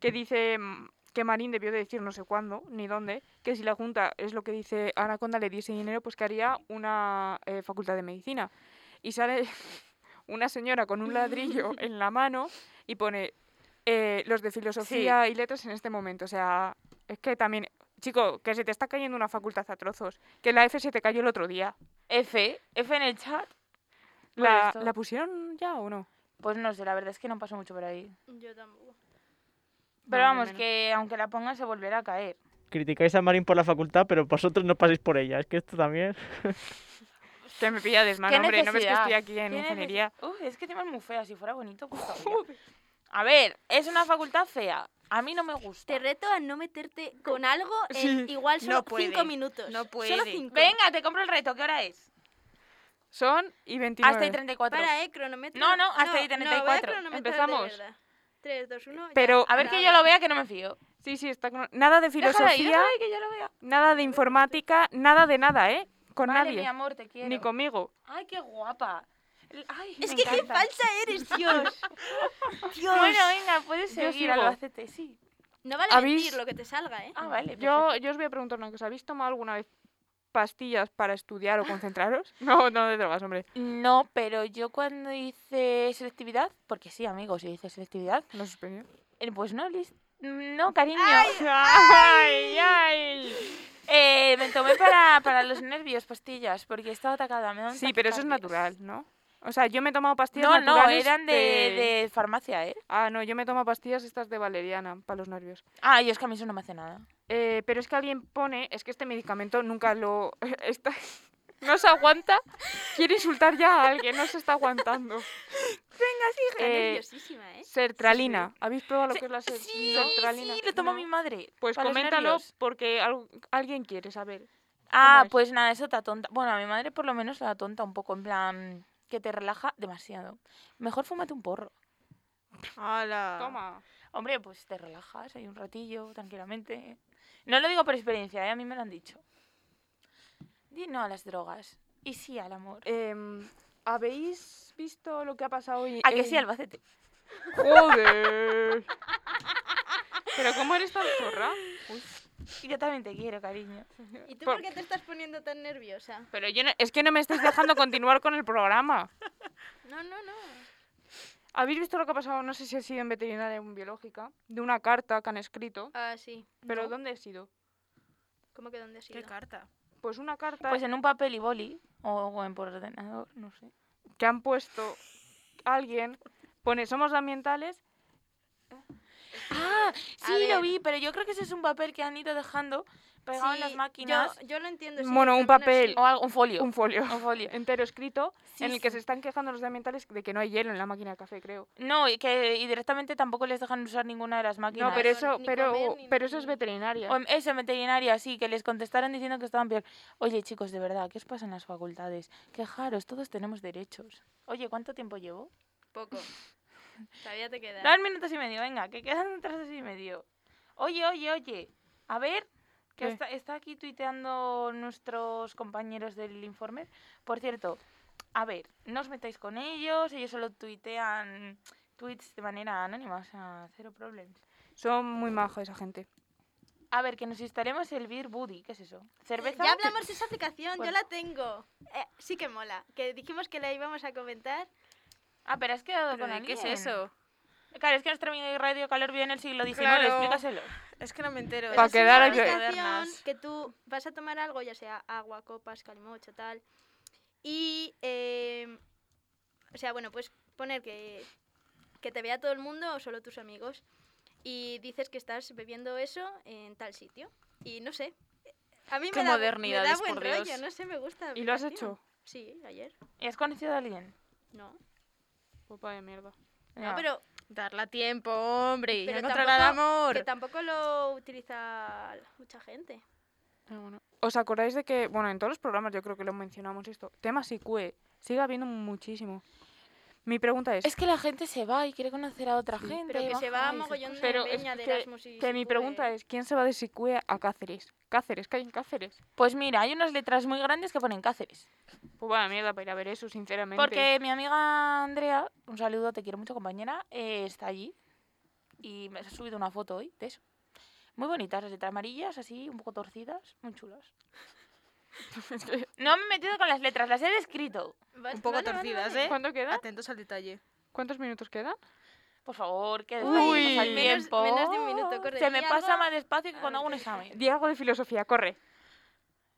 Speaker 3: que dice mm, que Marín debió de decir no sé cuándo ni dónde, que si la Junta es lo que dice Anaconda le diese dinero, pues que haría una eh, facultad de medicina. Y sale [laughs] una señora con un
Speaker 4: [laughs]
Speaker 3: ladrillo en la mano y pone eh, los de filosofía y letras en este momento. O sea, es que también, chico, que se te está cayendo una facultad a trozos, que la F se te cayó el otro día.
Speaker 4: F, F en el chat. Por
Speaker 3: ¿La,
Speaker 4: esto.
Speaker 3: ¿la pusieron ya o no?
Speaker 4: Pues no sé, la verdad es que no pasó mucho por ahí.
Speaker 5: Yo tampoco.
Speaker 4: Pero
Speaker 3: No, ni
Speaker 4: vamos,
Speaker 3: menos.
Speaker 4: que aunque la pongan se volverá a caer.
Speaker 8: Criticáis a Marín por la facultad, pero vosotros no pasáis por ella. Es que esto también.
Speaker 3: Que me pilla desmano,
Speaker 4: ¿Qué
Speaker 3: hombre, no ves que
Speaker 4: necesidad?
Speaker 3: estoy aquí en
Speaker 4: ¿Qué neces-
Speaker 3: ingeniería.
Speaker 4: Uf, es que encima es muy fea, si fuera bonito, pues cabría. A ver, es una facultad fea. A mí no me gusta.
Speaker 5: Te reto a no meterte con algo en igual solo
Speaker 6: No puede,
Speaker 5: cinco minutos.
Speaker 6: no
Speaker 5: Solo
Speaker 6: puede.
Speaker 5: cinco.
Speaker 4: Venga, te compro el reto, ¿qué hora es?
Speaker 3: Son y 29.
Speaker 4: Hasta y 34.
Speaker 5: Para, eh, cronómetro.
Speaker 4: No, no, hasta ahí
Speaker 5: no, voy a
Speaker 4: 34.
Speaker 5: cronometrar de
Speaker 3: Empezamos.
Speaker 5: verdad. Tres, dos, uno, ya.
Speaker 3: Pero-
Speaker 4: A ver que yo lo vea, que no me fío.
Speaker 3: Sí, sí, está con- Nada de
Speaker 4: Déjala ahí,
Speaker 3: filosofía,
Speaker 4: déjala ahí, que yo lo vea.
Speaker 3: nada de informática, nada de nada, ¿eh? Con
Speaker 4: Vale, mi
Speaker 3: nadie,
Speaker 4: amor, te quiero.
Speaker 3: ni conmigo.
Speaker 4: Ay, qué guapa. L- Ay,
Speaker 5: Es
Speaker 4: me
Speaker 5: que qué
Speaker 4: encanta.
Speaker 5: falsa eres,
Speaker 4: [laughs]
Speaker 5: Dios. Dios.
Speaker 4: Bueno, venga, puedes
Speaker 3: Yo
Speaker 4: seguir,
Speaker 3: sigo.
Speaker 4: Albacete, sí.
Speaker 5: no vale
Speaker 3: ¿habéis-
Speaker 5: mentir lo que te salga, ¿eh?
Speaker 4: Ah, vale.
Speaker 3: Yo, yo os voy a preguntar una cosa. ¿Habéis tomado alguna vez pastillas para estudiar o concentraros? [laughs] No, no de drogas, hombre.
Speaker 4: No, pero yo cuando hice selectividad, porque sí, amigos, yo hice selectividad,
Speaker 3: No suspendió.
Speaker 4: eh, pues no, Liz. No, cariño. [laughs]
Speaker 3: ¡Ay, ay!
Speaker 4: Eh, me tomé para, para los nervios pastillas, porque estaba atacada. Me daban
Speaker 3: Sí, pero eso es
Speaker 4: taquicardias.
Speaker 3: natural, ¿no? O sea, yo me he tomado pastillas
Speaker 4: No, no,
Speaker 3: naturales
Speaker 4: eran de, de farmacia, ¿eh?
Speaker 3: Ah, no, yo me tomo pastillas estas de valeriana para los nervios.
Speaker 4: Ah, yo es que a mí eso no me hace nada.
Speaker 3: Eh, pero es que alguien pone, es que este medicamento nunca lo... [laughs] está- no se aguanta, quiere insultar ya a alguien, no se está aguantando.
Speaker 5: Está
Speaker 3: eh,
Speaker 5: nerviosísima, ¿eh?
Speaker 3: Sertralina, ¿habéis probado lo que es la ser-
Speaker 4: Sí,
Speaker 3: sertralina?
Speaker 4: sí, lo tomó
Speaker 3: No.
Speaker 4: mi madre.
Speaker 3: Pues
Speaker 4: para los
Speaker 3: coméntalo
Speaker 4: nervios.
Speaker 3: porque al- alguien quiere saber.
Speaker 4: Ah,
Speaker 3: es?
Speaker 4: pues nada, eso te atonta. Bueno, a mi madre por lo menos la atonta un poco, en plan, que te relaja demasiado. Mejor fúmate un porro.
Speaker 6: Hola.
Speaker 3: Toma.
Speaker 4: Hombre, pues te relajas ahí un ratillo, tranquilamente. No lo digo por experiencia, ¿eh? a mí me lo han dicho. Di no a las drogas y sí al amor.
Speaker 5: Eh,
Speaker 3: Em, ¿Habéis visto lo que ha pasado hoy?
Speaker 4: a que
Speaker 5: eh.
Speaker 3: en-
Speaker 4: sí, Albacete. [laughs]
Speaker 3: Joder. pero ¿cómo eres tan zorra? Uy.
Speaker 4: Y Yo también te quiero, cariño.
Speaker 5: ¿Y tú
Speaker 3: por-
Speaker 5: por... qué te estás poniendo tan nerviosa?
Speaker 3: Pero yo no- es que no me estáis dejando continuar con el programa.
Speaker 5: No, no, no.
Speaker 3: ¿Habéis visto lo que ha pasado? No sé si ha sido en veterinaria o en biológica, de una carta que han escrito.
Speaker 5: Ah, sí.
Speaker 3: ¿Pero dónde ha sido?
Speaker 5: ¿Cómo que dónde has
Speaker 6: Qué
Speaker 5: ido?
Speaker 6: carta.
Speaker 3: Pues una carta
Speaker 4: Pues en un papel y boli, o, o en por ordenador, no sé.
Speaker 3: que han puesto alguien, pone somos ambientales,
Speaker 4: Ah, sí, lo
Speaker 5: ver.
Speaker 4: vi, pero yo creo que ese es un papel que han ido dejando pegado en
Speaker 5: Sí,
Speaker 4: las
Speaker 5: yo-
Speaker 4: máquinas.
Speaker 5: Yo, lo entiendo. sí,
Speaker 3: Bueno,
Speaker 5: más
Speaker 3: un
Speaker 5: o menos
Speaker 3: papel.
Speaker 4: O algo, un folio.
Speaker 3: un folio
Speaker 4: un folio.
Speaker 3: [laughs] entero escrito,
Speaker 4: Sí,
Speaker 3: en el que
Speaker 4: sí.
Speaker 3: se están quejando los de ambientales de que no hay hielo en la máquina de café, creo.
Speaker 4: No, y que y directamente tampoco les dejan usar ninguna de las máquinas.
Speaker 3: No, pero
Speaker 5: eso,
Speaker 3: eso,
Speaker 5: ni
Speaker 3: pero,
Speaker 5: comer, ni-
Speaker 3: pero eso es
Speaker 5: ni-
Speaker 4: O
Speaker 3: veterinaria.
Speaker 4: en- eso, en veterinaria, sí, que les contestaron diciendo que estaban peor. Oye, chicos, de verdad, ¿qué os pasa en las facultades? Quejaros, todos tenemos derechos. Oye, ¿cuánto tiempo llevo?
Speaker 5: Poco. Todavía te queda.
Speaker 4: Dos minutos y medio, venga, que quedan otros dos y medio. Oye, oye, oye, a ver, que
Speaker 3: ¿Qué?
Speaker 4: está, está aquí tuiteando nuestros compañeros del informe. Por cierto, a ver, no os metáis con ellos, ellos solo tuitean tweets de manera anónima, o sea, cero problemas.
Speaker 3: Son muy majos esa gente.
Speaker 4: A ver, que nos instalemos el Beer Buddy, ¿qué es eso? ¿Cerveza?
Speaker 5: Ya hablamos de esa aplicación,
Speaker 4: Bueno.
Speaker 5: yo la tengo. Eh, sí que mola. Que dijimos que la íbamos a comentar.
Speaker 4: Ah, pero has quedado
Speaker 6: ¿Pero
Speaker 4: con
Speaker 6: de ¿Qué es
Speaker 4: alguien.
Speaker 6: eso?
Speaker 4: Claro, es que nuestro amigo de Radio Calor vive en el siglo XIX,
Speaker 6: Claro.
Speaker 4: explícaselo.
Speaker 6: Es que no me entero. ¿eh?
Speaker 3: Pa'
Speaker 5: Es una
Speaker 3: quedar ahí-
Speaker 5: aplicación
Speaker 6: Modernas.
Speaker 5: que tú vas a tomar algo, ya sea agua, copas, calimocho, tal. Y, eh, o sea, bueno, puedes poner que, que te vea todo el mundo o solo tus amigos. Y dices que estás bebiendo eso en tal sitio. Y no sé. A mí
Speaker 6: Qué
Speaker 5: me da, me da
Speaker 6: modernidades,
Speaker 5: buen
Speaker 6: por
Speaker 5: rollo,
Speaker 6: Dios.
Speaker 5: no sé, me gusta. la
Speaker 3: ¿Y lo has
Speaker 5: aplicación.
Speaker 3: hecho?
Speaker 5: Sí, ayer.
Speaker 4: ¿Y has conocido a alguien?
Speaker 5: No.
Speaker 3: Popa de mierda.
Speaker 5: No, pero,
Speaker 7: Darla tiempo, hombre.
Speaker 5: pero
Speaker 7: encontrar el
Speaker 5: tampoco- que
Speaker 7: amor.
Speaker 5: tampoco lo utiliza mucha gente.
Speaker 3: Pero bueno. ¿Os acordáis de que, bueno, en todos los programas yo creo que lo mencionamos esto, temas IQ, sigue habiendo muchísimo. Mi pregunta es,
Speaker 4: Es que la gente se va y quiere conocer a otra gente.
Speaker 5: Pero que se va
Speaker 4: baja
Speaker 5: a
Speaker 4: y
Speaker 5: mogollón de
Speaker 3: Pero es
Speaker 5: peña de
Speaker 3: que-
Speaker 5: Erasmus y
Speaker 3: que mi
Speaker 5: Sicue.
Speaker 3: pregunta es, ¿quién se va de Sicue a Cáceres? Cáceres, que hay en Cáceres.
Speaker 4: Pues mira, hay unas letras muy grandes que ponen Cáceres.
Speaker 3: Pues vaya mierda para ir a ver eso, sinceramente.
Speaker 4: Porque mi amiga Andrea, un saludo, te quiero mucho compañera, eh, está allí y me ha subido una foto hoy de eso. Muy bonitas, las letras amarillas, así, un poco torcidas, muy
Speaker 5: [laughs]
Speaker 4: chulas. No me he metido con las letras, las he descrito.
Speaker 5: Vale,
Speaker 6: Un poco
Speaker 5: vale, vale,
Speaker 6: torcidas,
Speaker 5: vale.
Speaker 6: ¿eh?
Speaker 3: ¿Cuánto queda?
Speaker 6: Atentos al detalle.
Speaker 3: ¿Cuántos minutos quedan?
Speaker 4: Por favor, que
Speaker 3: Uy.
Speaker 4: despacio al
Speaker 5: Menos-
Speaker 4: tiempo.
Speaker 5: menos de un minuto, corre.
Speaker 4: Se me
Speaker 5: Di
Speaker 4: pasa
Speaker 5: algo.
Speaker 4: más despacio que cuando
Speaker 5: A
Speaker 4: hago un
Speaker 5: ver, te-
Speaker 3: [laughs]
Speaker 4: examen.
Speaker 3: Diego de filosofía, corre.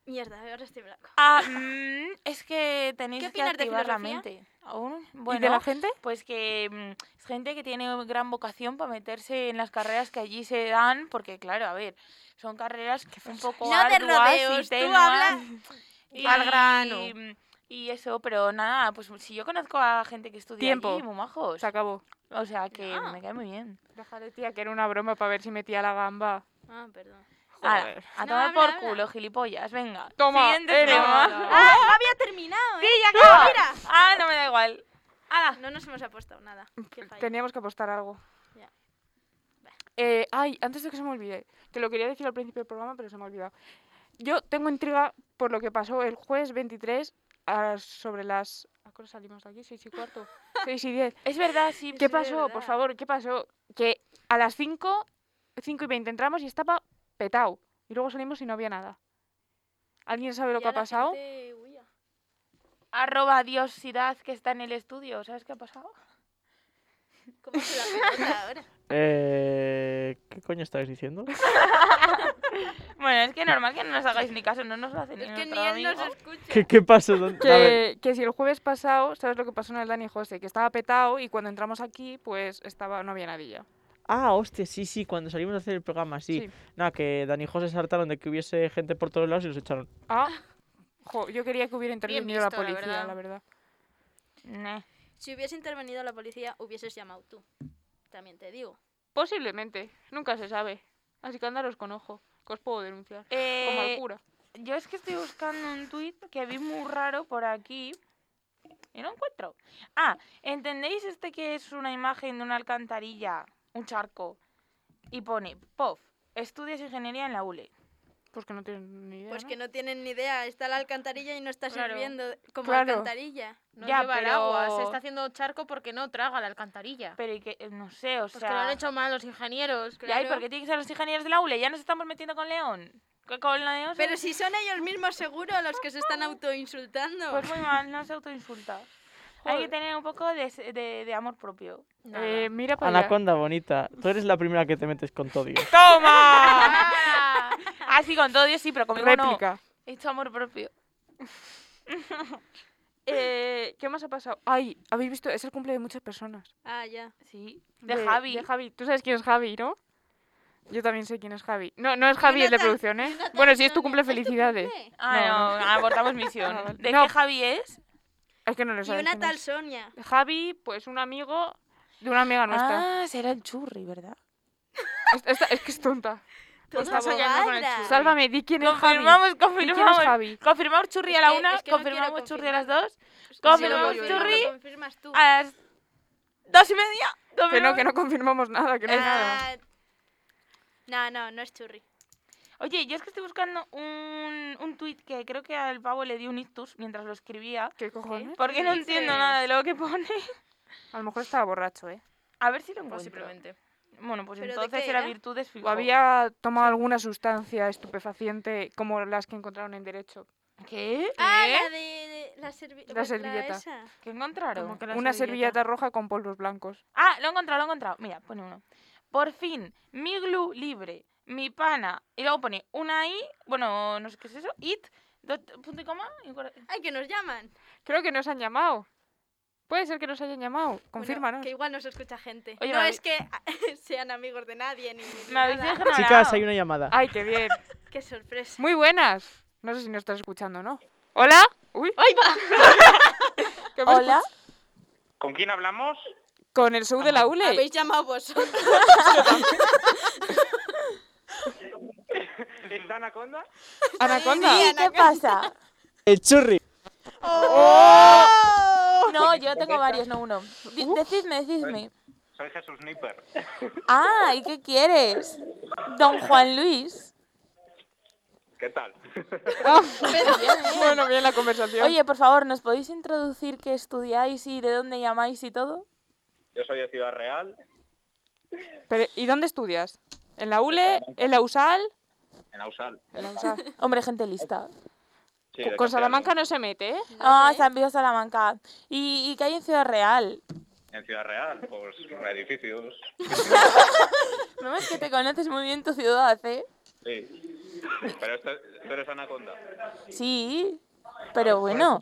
Speaker 5: Mierda, ahora estoy blanco.
Speaker 4: Ah, mm, es que tenéis que
Speaker 5: opinas de
Speaker 4: activar la
Speaker 5: filosofía?
Speaker 4: mente. Aún,
Speaker 3: ¿Y de
Speaker 4: bueno,
Speaker 3: la gente?
Speaker 4: pues que mm, es gente que tiene gran vocación para meterse en las carreras que allí se dan, porque claro, a ver, son carreras un poco
Speaker 5: No te
Speaker 4: arduas
Speaker 5: rodeos,
Speaker 4: y
Speaker 5: tú
Speaker 4: tenuas,
Speaker 5: habla
Speaker 4: [laughs] y-
Speaker 6: al grano.
Speaker 4: Y, y eso, pero nada, pues si yo conozco a gente que estudia
Speaker 3: Tiempo.
Speaker 4: allí, muy majos,
Speaker 3: Se acabó.
Speaker 4: o sea que
Speaker 5: Ah.
Speaker 4: me cae muy bien.
Speaker 3: pues, Déjale, tía, que era una broma para ver si metía la gamba.
Speaker 5: Ah, perdón.
Speaker 4: Ala,
Speaker 3: Joder.
Speaker 4: a
Speaker 5: No,
Speaker 4: tomar
Speaker 5: habla,
Speaker 4: por
Speaker 5: habla.
Speaker 4: culo, gilipollas, venga.
Speaker 3: Toma,
Speaker 4: siguiente
Speaker 3: Ere.
Speaker 4: tema.
Speaker 5: ¡Ah! no había terminado,
Speaker 4: Sí,
Speaker 5: ¿eh?
Speaker 4: ya acabo. Ah, no me da igual. Ala.
Speaker 5: No nos hemos apostado nada. Qué fallo.
Speaker 3: Teníamos que apostar algo.
Speaker 5: Ya. Bah.
Speaker 3: Eh, ay, antes de que se me olvide, que lo quería decir al principio del programa, pero se me ha olvidado. Yo tengo intriga por lo que pasó el jueves 23 a- sobre las... ¿A qué hora salimos de aquí? ¿Seis y [laughs] cuarto? ¿Seis y diez?
Speaker 4: Es verdad, sí.
Speaker 3: ¿Qué
Speaker 4: sí,
Speaker 3: pasó? Por
Speaker 4: verdad.
Speaker 3: favor, ¿qué pasó? Que a las 5, 5 y 20 entramos y estaba petao. Y luego salimos y no había nada. ¿Alguien sabe lo
Speaker 5: Ya
Speaker 3: que ha
Speaker 5: la
Speaker 3: pasado?
Speaker 5: gente huía.
Speaker 4: Arroba diosidad que está en el estudio. ¿Sabes qué ha pasado?
Speaker 5: ¿Cómo se la pelota ahora?
Speaker 8: Eh, ¿Qué coño
Speaker 4: [laughs]
Speaker 8: estáis diciendo?
Speaker 4: Bueno, es que normal que no nos hagáis ni caso, no nos lo hacen
Speaker 5: Es que ni
Speaker 4: nuestro
Speaker 5: él nos
Speaker 4: amigo.
Speaker 5: escucha.
Speaker 8: ¿Qué, qué pasó? ¿Dónde- A ver,
Speaker 3: Que, que si el jueves pasado, ¿sabes lo que pasó en el Dani José? Que estaba petao y cuando entramos aquí, pues estaba, no había nadie ya.
Speaker 8: Ah, hostia, sí, sí, cuando salimos a hacer el programa, sí.
Speaker 3: Sí.
Speaker 8: Nada, que Dani y José se hartaron de que hubiese gente por todos lados y los echaron.
Speaker 3: Ah, jo, yo quería que hubiera intervenido la
Speaker 6: visto, la
Speaker 3: policía,
Speaker 6: verdad.
Speaker 3: la verdad.
Speaker 4: Neh.
Speaker 5: Si hubiese intervenido la policía, hubieses llamado tú. También te digo.
Speaker 3: Posiblemente, nunca se sabe. Así que andaros con ojo, que os puedo denunciar. Como al
Speaker 4: Eh,
Speaker 3: cura.
Speaker 4: yo es que estoy buscando un tuit que vi muy raro por aquí y no encuentro. Ah, ¿entendéis este que es una imagen de una alcantarilla, un charco? Y pone, POF, estudias ingeniería en la E". ULE.
Speaker 3: Pues que no tienen ni idea.
Speaker 5: Pues
Speaker 3: ¿no? Eh,
Speaker 5: que no tienen ni idea. Está la alcantarilla y no está
Speaker 6: Claro.
Speaker 5: sirviendo como
Speaker 3: Claro.
Speaker 5: alcantarilla.
Speaker 6: No
Speaker 4: Ya,
Speaker 6: lleva el agua,
Speaker 4: pero-
Speaker 6: se está haciendo charco porque no traga la alcantarilla.
Speaker 4: Pero y que, eh, no sé, o
Speaker 6: Pues
Speaker 4: sea...
Speaker 6: que lo han hecho mal los ingenieros.
Speaker 4: Ya, ¿y por qué tienen que ser los ingenieros de la ULE? Ya nos estamos metiendo con León. Co- Con la León se-
Speaker 5: Pero si son ellos mismos seguro los que
Speaker 3: [laughs]
Speaker 5: se están autoinsultando.
Speaker 4: Pues muy mal, no se autoinsulta. Hay que tener un poco de, se- de- de amor propio.
Speaker 6: Nada.
Speaker 3: Eh, mira para allá.
Speaker 8: Anaconda bonita, tú eres la primera que te metes con todo.
Speaker 4: [laughs] ¡Toma! [laughs] ah, sí, con todo Dios sí, pero conmigo no.
Speaker 3: Réplica.
Speaker 4: He hecho amor propio.
Speaker 3: Eh, ¿Qué más ha pasado? Ay, habéis visto, es el cumple de muchas personas.
Speaker 5: Ah, ya.
Speaker 4: Sí. De, Javi.
Speaker 3: De Javi. Tú sabes quién es Javi, ¿no? Yo también sé quién es Javi. No, no es Javi el de
Speaker 5: Jonathan,
Speaker 3: producción, ¿eh?
Speaker 5: Jonathan
Speaker 3: Bueno, si es tu
Speaker 5: Hernández.
Speaker 3: cumple,
Speaker 5: ¿Es tu
Speaker 3: felicidades.
Speaker 5: cumple?
Speaker 4: Ah, no, [laughs] abortamos misión.
Speaker 3: Ah, vale.
Speaker 4: ¿De
Speaker 3: No.
Speaker 4: qué Javi es?
Speaker 3: Es que no lo
Speaker 5: Y
Speaker 3: sabes.
Speaker 5: una
Speaker 3: quién
Speaker 5: tal
Speaker 3: es.
Speaker 5: Sonia.
Speaker 3: Javi, pues un amigo de una amiga nuestra.
Speaker 4: Ah, será el churri, ¿verdad?
Speaker 3: Es, esta- es que es tonta.
Speaker 6: Pues
Speaker 5: Toda
Speaker 3: favor.
Speaker 5: sobrada.
Speaker 3: Sálvame, di quién es Javi.
Speaker 4: Confirmamos,
Speaker 3: Di quién es
Speaker 4: confirmamos.
Speaker 3: Javi.
Speaker 4: Confirmamos churri
Speaker 5: Es
Speaker 4: a la
Speaker 5: que-
Speaker 4: una,
Speaker 5: es que no quiero
Speaker 4: confirmamos churri a las
Speaker 5: confirmar.
Speaker 4: dos,
Speaker 5: Pues, Si lo
Speaker 4: confirmamos
Speaker 5: confirmas,
Speaker 4: churri Ah,
Speaker 5: lo confirmas tú.
Speaker 4: a las dos y media.
Speaker 3: Que no,
Speaker 4: confirmamos.
Speaker 3: que no confirmamos nada, que no es nada.
Speaker 5: Ah, No, no, no es churri.
Speaker 4: Oye, yo es que estoy buscando un, un tweet que creo que al pavo le di un ictus mientras lo escribía.
Speaker 5: Ah,
Speaker 3: ¿Qué cojones?
Speaker 5: Pues
Speaker 4: Porque no entiendo nada de lo que pone. [laughs]
Speaker 3: A lo mejor estaba borracho, ¿eh?
Speaker 4: A ver
Speaker 6: pues
Speaker 4: si lo encuentro.
Speaker 6: Posiblemente.
Speaker 4: Bueno, pues
Speaker 5: ¿Pero de
Speaker 4: entonces
Speaker 5: qué
Speaker 4: era
Speaker 5: era?
Speaker 4: virtudes fijo.
Speaker 3: O había tomado alguna sustancia estupefaciente como las que encontraron en Derecho.
Speaker 4: ¿Qué?
Speaker 5: Ah, la de la, servi-
Speaker 3: La
Speaker 5: bueno,
Speaker 3: servilleta.
Speaker 5: esa.
Speaker 4: ¿Qué encontraron?
Speaker 3: Una servilleta roja con polvos blancos.
Speaker 4: Ah, lo he encontrado, lo he encontrado. Mira, pone uno. Por fin, mi glue libre, mi pana. Y luego pone una i, bueno, no sé qué es eso, it, dot- punto y coma. y un cora-
Speaker 5: Ay, que nos llaman.
Speaker 3: Creo que nos han llamado. Puede ser que nos hayan llamado.
Speaker 5: Bueno,
Speaker 3: Confírmanos.
Speaker 5: que igual nos escucha gente.
Speaker 4: Oye,
Speaker 5: no
Speaker 4: me
Speaker 5: es que [laughs] sean amigos de nadie ni, ni
Speaker 4: Me habéis
Speaker 5: [laughs]
Speaker 3: [laughs]
Speaker 5: nada.
Speaker 4: ignorado.
Speaker 8: Chicas, hay una llamada.
Speaker 3: Ay, qué bien.
Speaker 5: Qué sorpresa.
Speaker 3: Muy buenas. No sé si nos estás escuchando o no. ¿Hola? Uy. ¡Ay, [laughs] va!
Speaker 4: Hola.
Speaker 9: ¿Con quién hablamos?
Speaker 3: Con el show de la E. ULE.
Speaker 5: Habéis llamado vosotros.
Speaker 9: Está Anaconda?
Speaker 3: Anaconda.
Speaker 4: ¿Y qué pasa?
Speaker 8: El churri.
Speaker 4: [laughs] No,
Speaker 5: [laughs]
Speaker 4: yo tengo varios, no uno. Di- Decidme, decidme.
Speaker 9: Soy Jesús Nipper.
Speaker 4: Ah, ¿y qué quieres? Don Juan Luis.
Speaker 9: ¿Qué tal?
Speaker 3: [laughs] bueno, bien la conversación.
Speaker 4: Oye, por favor, ¿nos podéis introducir qué estudiáis y de dónde llamáis y todo?
Speaker 9: Yo soy de Ciudad Real,
Speaker 3: Pero, ¿y dónde estudias? ¿En la ULE? ¿En la USAL?
Speaker 9: en Ausal.
Speaker 3: En la USAL.
Speaker 4: Hombre, gente lista.
Speaker 9: Sí,
Speaker 3: Con-
Speaker 9: de
Speaker 3: Con Salamanca
Speaker 9: Castellano.
Speaker 3: no se mete, ¿eh?
Speaker 4: Ah, San Pío Salamanca. ¿Y, ¿Y qué hay en Ciudad Real?
Speaker 9: En Ciudad Real, pues edificios.
Speaker 4: No es que te conoces muy bien tu ciudad, ¿eh?
Speaker 9: Sí. Pero esto, tú eres Anaconda.
Speaker 4: Sí, pero bueno.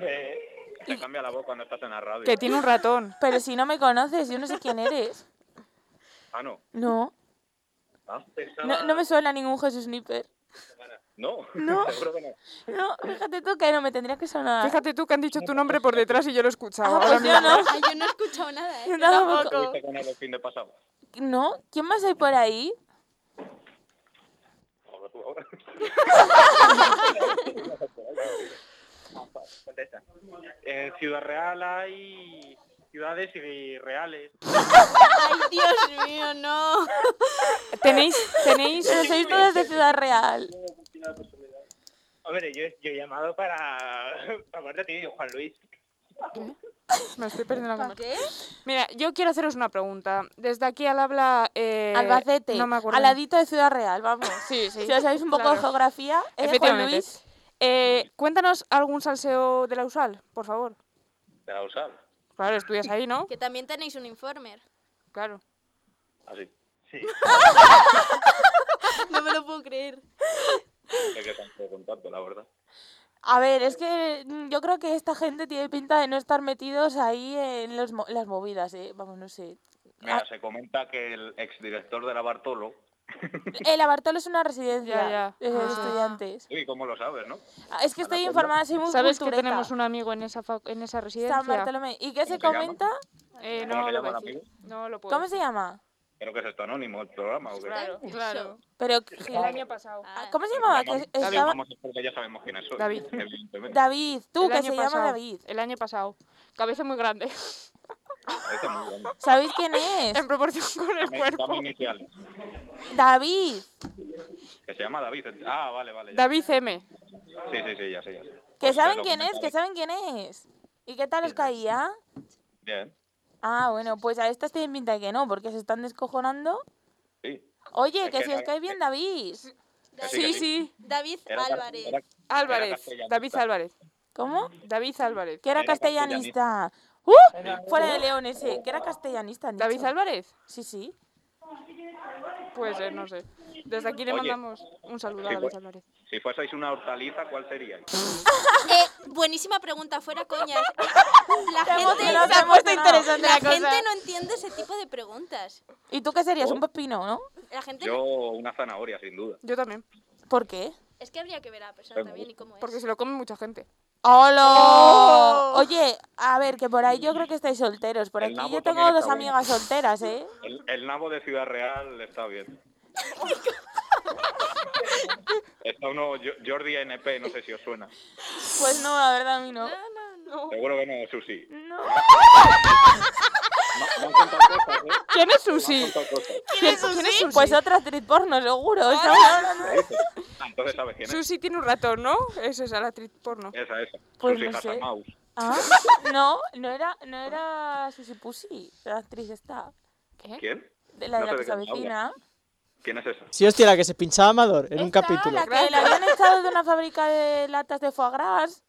Speaker 9: Eh, Te cambia la voz cuando estás en la radio.
Speaker 3: Que tiene un ratón.
Speaker 4: Pero si no me conoces, yo no sé quién eres.
Speaker 9: Ah, no.
Speaker 4: No,
Speaker 9: Ah,
Speaker 4: no, no me suena ningún Jesús Nipper.
Speaker 9: No, [laughs] seguro que no.
Speaker 4: No, fíjate tú que no me tendría que sonar.
Speaker 3: Fíjate tú que han dicho tu nombre por detrás y yo lo he escuchado.
Speaker 4: Ah,
Speaker 3: ahora
Speaker 4: pues
Speaker 3: mismo.
Speaker 4: yo no.
Speaker 5: Ay, yo no he escuchado nada, ¿eh?
Speaker 4: Yo tampoco.
Speaker 9: Estuviste con él el fin de pasado.
Speaker 4: No, ¿quién más hay por ahí?
Speaker 9: Ahora tú, ahora. Contesta. En Ciudad Real hay ciudades y reales.
Speaker 5: Ay, [laughs] Dios mío, no.
Speaker 3: Tenéis, tenéis.
Speaker 4: Pero sois todas de Ciudad Real.
Speaker 9: Hombre, yo, yo he llamado para... [laughs] para verte a ti, Juan Luis.
Speaker 3: Me estoy perdiendo la
Speaker 6: ¿Para
Speaker 3: conversación.
Speaker 6: qué?
Speaker 3: Mira, yo quiero haceros una pregunta. Desde aquí al habla. eh,
Speaker 4: Albacete,
Speaker 3: No me acuerdo.
Speaker 4: al ladito de Ciudad Real, vamos.
Speaker 3: [laughs] Sí, sí.
Speaker 4: Si os sabéis un poco de
Speaker 3: claro.
Speaker 4: geografía, es de Juan
Speaker 3: Efectivamente.
Speaker 4: Luis.
Speaker 3: Eh, cuéntanos algún salseo de la USAL, por favor.
Speaker 9: Te la usar.
Speaker 3: Claro, estudias ahí,
Speaker 4: [laughs]
Speaker 3: ¿no?
Speaker 5: Que también tenéis un informer.
Speaker 3: Claro.
Speaker 9: Así. Sí.
Speaker 5: No me lo puedo creer.
Speaker 9: Es que tanto contacto, la verdad.
Speaker 4: A ver, es que mm, yo creo que esta gente tiene pinta de no estar metidos ahí en los mo- las movidas, ¿eh? Vamos, no sé.
Speaker 9: Mira,
Speaker 4: Ah.
Speaker 9: se comenta que el exdirector de la Bartolo...
Speaker 4: El Abartolo es una residencia
Speaker 3: Ya, ya.
Speaker 4: de
Speaker 3: Ah.
Speaker 4: estudiantes.
Speaker 9: Uy, ¿cómo lo sabes, no?
Speaker 4: Ah, Es que
Speaker 9: pues
Speaker 4: estoy informada, soy muy
Speaker 3: ¿Sabes que
Speaker 4: cultureta.
Speaker 3: tenemos un amigo en esa, fac- en esa residencia?
Speaker 4: San Bartolomé. ¿Y qué se
Speaker 9: ¿Cómo se llama?
Speaker 4: comenta?
Speaker 3: Eh,
Speaker 9: ¿Cómo
Speaker 3: no
Speaker 9: se
Speaker 3: lo
Speaker 9: llama
Speaker 3: voy a
Speaker 9: el
Speaker 3: decir. No lo puedo.
Speaker 4: ¿Cómo se llama?
Speaker 9: Creo que es esto anónimo el programa. ¿o qué?
Speaker 3: Claro,
Speaker 5: Eso.
Speaker 3: claro.
Speaker 4: Pero
Speaker 3: El año pasado.
Speaker 5: Ah,
Speaker 4: ¿Cómo se llamaba? Que
Speaker 9: Vamos-
Speaker 4: estaba-
Speaker 9: vamos a hacer que ya sabemos quién es. hoy,
Speaker 3: David.
Speaker 9: evidentemente.
Speaker 4: David, tú
Speaker 3: El
Speaker 4: que
Speaker 3: año
Speaker 4: se
Speaker 3: pasado.
Speaker 4: llama David.
Speaker 3: El año pasado. Cabeza muy
Speaker 4: [laughs]
Speaker 3: grande.
Speaker 9: Este es muy bueno.
Speaker 4: ¿Sabéis quién es?
Speaker 3: En proporción con el
Speaker 9: Dame-
Speaker 3: cuerpo.
Speaker 9: dame iniciales.
Speaker 4: David,
Speaker 9: Que se llama David. Ah, vale, vale. ya.
Speaker 3: David M.
Speaker 9: Sí, sí, sí, ya sé. ya sé.
Speaker 4: que
Speaker 9: Pues ya
Speaker 4: saben
Speaker 9: lo
Speaker 4: quién es, que
Speaker 9: comentaré.
Speaker 4: saben quién es. ¿Y qué tal os caía?
Speaker 9: Bien,
Speaker 4: Ah, bueno, pues a estas tienen pinta de que no, porque se están descojonando.
Speaker 9: sí.
Speaker 4: Oye,
Speaker 9: Es
Speaker 4: que
Speaker 9: que
Speaker 4: si os
Speaker 9: no-
Speaker 4: cae bien David.
Speaker 9: Así que
Speaker 3: Sí, sí.
Speaker 5: David
Speaker 9: Era car-
Speaker 5: Álvarez.
Speaker 9: era- era
Speaker 3: Álvarez.
Speaker 9: castellanista.
Speaker 3: David Álvarez.
Speaker 4: ¿Cómo?
Speaker 3: David Álvarez.
Speaker 4: Que era
Speaker 9: Era
Speaker 4: castellanista.
Speaker 9: castellanista.
Speaker 4: ¡Uh! Fuera de León ese, que era castellanista. han
Speaker 3: ¿David
Speaker 4: dicho.
Speaker 3: Álvarez?
Speaker 4: Sí, sí.
Speaker 3: Puede ser, no sé. Desde aquí le
Speaker 9: Oye.
Speaker 3: mandamos un saludo a
Speaker 9: Sí,
Speaker 3: David
Speaker 9: pues.
Speaker 3: Álvarez.
Speaker 9: Si fueseis una hortaliza, ¿cuál seríais?
Speaker 5: Eh, buenísima pregunta, fuera coñas. La
Speaker 4: Te hemos-
Speaker 5: gente,
Speaker 4: te hemos
Speaker 5: la
Speaker 4: interesante la cosa.
Speaker 5: gente no entiende ese tipo de preguntas.
Speaker 4: ¿Y tú qué serías? Un pepino, ¿no?
Speaker 5: La gente
Speaker 9: Yo una zanahoria, sin duda.
Speaker 3: Yo también.
Speaker 4: ¿Por qué?
Speaker 5: es que habría que ver a la persona también y cómo es.
Speaker 3: Porque se lo come mucha gente. Oh.
Speaker 4: ¡Hola! Oye, a ver, que por ahí yo creo que estáis solteros. Por
Speaker 9: El
Speaker 4: aquí
Speaker 9: nabo
Speaker 4: yo
Speaker 9: también
Speaker 4: tengo
Speaker 9: está
Speaker 4: dos
Speaker 9: bueno.
Speaker 4: amigas solteras, ¿eh?
Speaker 9: El, el nabo de Ciudad Real está bien. Está uno Jo- Jordi NP, no sé si os suena.
Speaker 4: Pues no, la verdad a mí no.
Speaker 9: Seguro que no, Susi.
Speaker 4: No.
Speaker 9: Me han contado cosas, ¿eh?
Speaker 3: [laughs] ¿Quién es
Speaker 9: Me han
Speaker 3: Susi?
Speaker 9: contado cosas.
Speaker 3: ¿Quién es Susi?
Speaker 4: Pues otra actriz porno, seguro. ¿sabes?
Speaker 9: Ah, Entonces sabes quién es.
Speaker 3: Susi tiene un ratón, ¿no? Esa es la actriz porno.
Speaker 9: Esa, esa.
Speaker 4: Pues
Speaker 9: Susi
Speaker 4: no sé.
Speaker 9: Hasamaus.
Speaker 4: Ah, no, no era, no era Susi Pussy, la actriz esta.
Speaker 9: ¿Quién?
Speaker 4: De la de
Speaker 9: No sé
Speaker 4: la
Speaker 9: de qué
Speaker 4: casa
Speaker 9: me hablas.
Speaker 4: vecina.
Speaker 9: ¿Quién es esa?
Speaker 8: Sí, hostia, la que se pinchaba a Amador en un
Speaker 4: Esta,
Speaker 8: capítulo.
Speaker 4: La que la habían echado de una fábrica de latas de foie gras.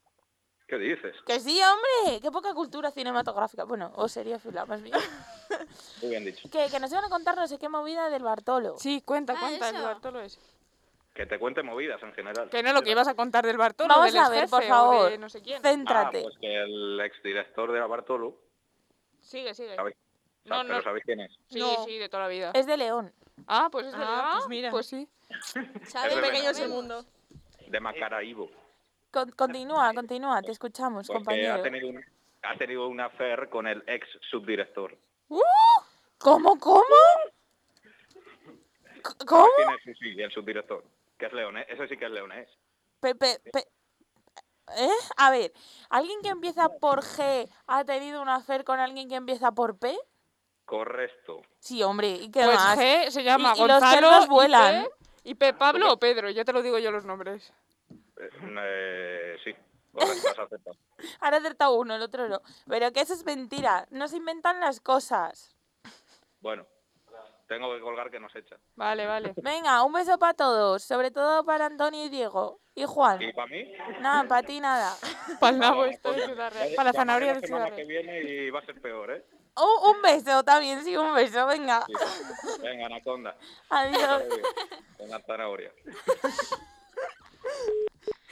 Speaker 9: ¿Qué dices?
Speaker 4: Que sí, hombre, qué poca cultura cinematográfica. Bueno, o sería fila, más bien.
Speaker 9: Muy bien dicho.
Speaker 4: Que, que nos iban a contar no sé qué movida del Bartolo.
Speaker 3: Sí, cuenta,
Speaker 5: Ah,
Speaker 3: cuenta, el
Speaker 5: eso.
Speaker 3: Bartolo es.
Speaker 9: Que te cuente movidas en general.
Speaker 3: Que no lo que ibas a contar del Bartolo,
Speaker 4: Vamos
Speaker 3: del
Speaker 4: a ver,
Speaker 3: exjefe
Speaker 4: por
Speaker 3: o
Speaker 4: favor.
Speaker 3: de no sé quién.
Speaker 4: Céntrate.
Speaker 9: Ah, pues que el exdirector de la Bartolo,
Speaker 3: Sigue, sigue.
Speaker 9: ¿sabéis?
Speaker 3: No,
Speaker 9: sa- Ah, pero
Speaker 3: no.
Speaker 9: sabéis quién es.
Speaker 3: Sí, sí, de toda la vida.
Speaker 4: Es de León.
Speaker 3: Ah, pues es de
Speaker 6: Ah,
Speaker 3: León.
Speaker 6: pues mira.
Speaker 3: Pues sí.
Speaker 5: ¿Sabes?
Speaker 9: Es
Speaker 6: Pequeño
Speaker 9: Bueno.
Speaker 6: es el mundo.
Speaker 9: De Macaraíbo.
Speaker 4: Con- continúa, continúa, te escuchamos,
Speaker 9: Porque ha
Speaker 4: compañero.
Speaker 9: tenido, un, ha tenido un affair con el ex subdirector.
Speaker 4: ¿Cómo, cómo? C- ¿Cómo? ¡Oh!
Speaker 9: ¿Quién es Susi, el subdirector? Que es leonés, eso sí que es leonés.
Speaker 4: Pe- pe- pe- ¿Eh? A ver, ¿alguien que empieza por G ha tenido un affair con alguien que empieza por P?
Speaker 9: Correcto.
Speaker 4: Sí, hombre, ¿y qué
Speaker 3: Pues
Speaker 4: más?
Speaker 3: G se llama
Speaker 4: Y- y los
Speaker 3: Gonzalo.
Speaker 4: cerdos
Speaker 3: y
Speaker 4: vuelan.
Speaker 3: P- Y P, Pablo o Pedro, ya te lo digo yo los nombres.
Speaker 9: Eh, eh, sí, correcto, has aceptado.
Speaker 4: Ahora acerta uno, el otro no. Pero que eso es mentira, no se inventan las cosas.
Speaker 9: Bueno, tengo que colgar que nos echa.
Speaker 3: Vale, vale.
Speaker 4: Venga, un beso para todos, sobre todo para Antonio y Diego. Y Juan.
Speaker 9: ¿Y para mí?
Speaker 4: Nada, para ti nada.
Speaker 3: Para el nabo Ah, pues, esto de Ciudad Real.
Speaker 9: Vaya-
Speaker 3: Para la
Speaker 9: llamaré
Speaker 3: zanahoria de
Speaker 9: semana
Speaker 3: Ciudad
Speaker 9: que
Speaker 3: Real.
Speaker 9: viene y va a ser peor, ¿eh?
Speaker 4: Un- un beso también, sí, un beso, venga.
Speaker 9: Sí. Venga, anaconda.
Speaker 4: Adiós.
Speaker 9: Con la zanahoria.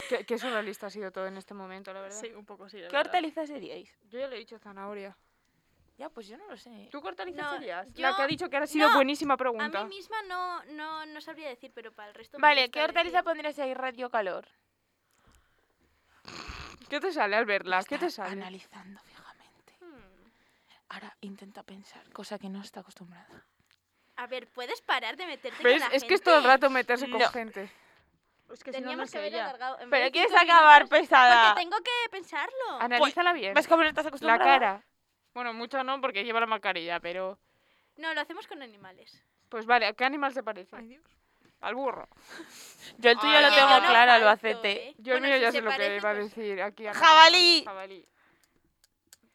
Speaker 3: Qué, qué surrealista ha sido todo en este momento, la verdad.
Speaker 6: Sí, un poco sí. la
Speaker 4: ¿Qué
Speaker 6: verdad.
Speaker 4: hortaliza seríais?
Speaker 3: Yo ya le he dicho zanahoria.
Speaker 4: Ya, pues yo no lo sé.
Speaker 3: ¿Tú qué hortaliza
Speaker 5: No,
Speaker 3: serías?
Speaker 5: yo-
Speaker 3: La que ha dicho que ha sido
Speaker 5: no,
Speaker 3: buenísima
Speaker 5: A
Speaker 3: pregunta.
Speaker 5: mí misma no, no, no sabría decir, pero para el resto... me
Speaker 4: Vale,
Speaker 5: gusta
Speaker 4: ¿qué hortaliza
Speaker 5: decir-
Speaker 4: pondrías ahí radio calor?
Speaker 3: ¿Qué te sale al verla? ¿Qué te
Speaker 4: Está
Speaker 3: sale?
Speaker 4: Analizando fijamente.
Speaker 5: hmm,
Speaker 4: Ahora intenta pensar, cosa que no está acostumbrada.
Speaker 5: A ver, ¿puedes parar de meterte
Speaker 3: ¿Ves?
Speaker 5: con la
Speaker 3: Es que es
Speaker 5: gente?
Speaker 3: todo el rato meterse con
Speaker 4: No.
Speaker 3: gente.
Speaker 6: Es que si no, no,
Speaker 5: Teníamos que
Speaker 6: sé
Speaker 5: haber
Speaker 6: ya.
Speaker 5: alargado... en vez
Speaker 4: Pero
Speaker 5: de
Speaker 4: quieres
Speaker 5: cinco
Speaker 4: acabar
Speaker 5: minutos,
Speaker 4: pesada.
Speaker 5: Porque tengo que pensarlo.
Speaker 3: Ah, Analízala bien.
Speaker 4: ¿Ves cómo no estás
Speaker 3: La
Speaker 4: acostumbrada?
Speaker 3: cara. Bueno, mucho no, porque lleva la mascarilla, pero...
Speaker 5: No, lo hacemos con animales.
Speaker 3: Pues vale, ¿a qué animal se parece? Al burro.
Speaker 4: Yo el tuyo
Speaker 6: Ay,
Speaker 4: lo
Speaker 6: yo
Speaker 4: tengo
Speaker 6: no
Speaker 4: claro,
Speaker 5: falto,
Speaker 4: Albacete.
Speaker 5: ¿eh?
Speaker 3: Yo el
Speaker 5: Bueno,
Speaker 3: mío
Speaker 5: si
Speaker 3: ya
Speaker 5: se
Speaker 3: sé lo que
Speaker 5: parece,
Speaker 3: iba a
Speaker 5: pues-
Speaker 3: decir aquí. a
Speaker 4: ¡Jabalí!
Speaker 3: Jabalí.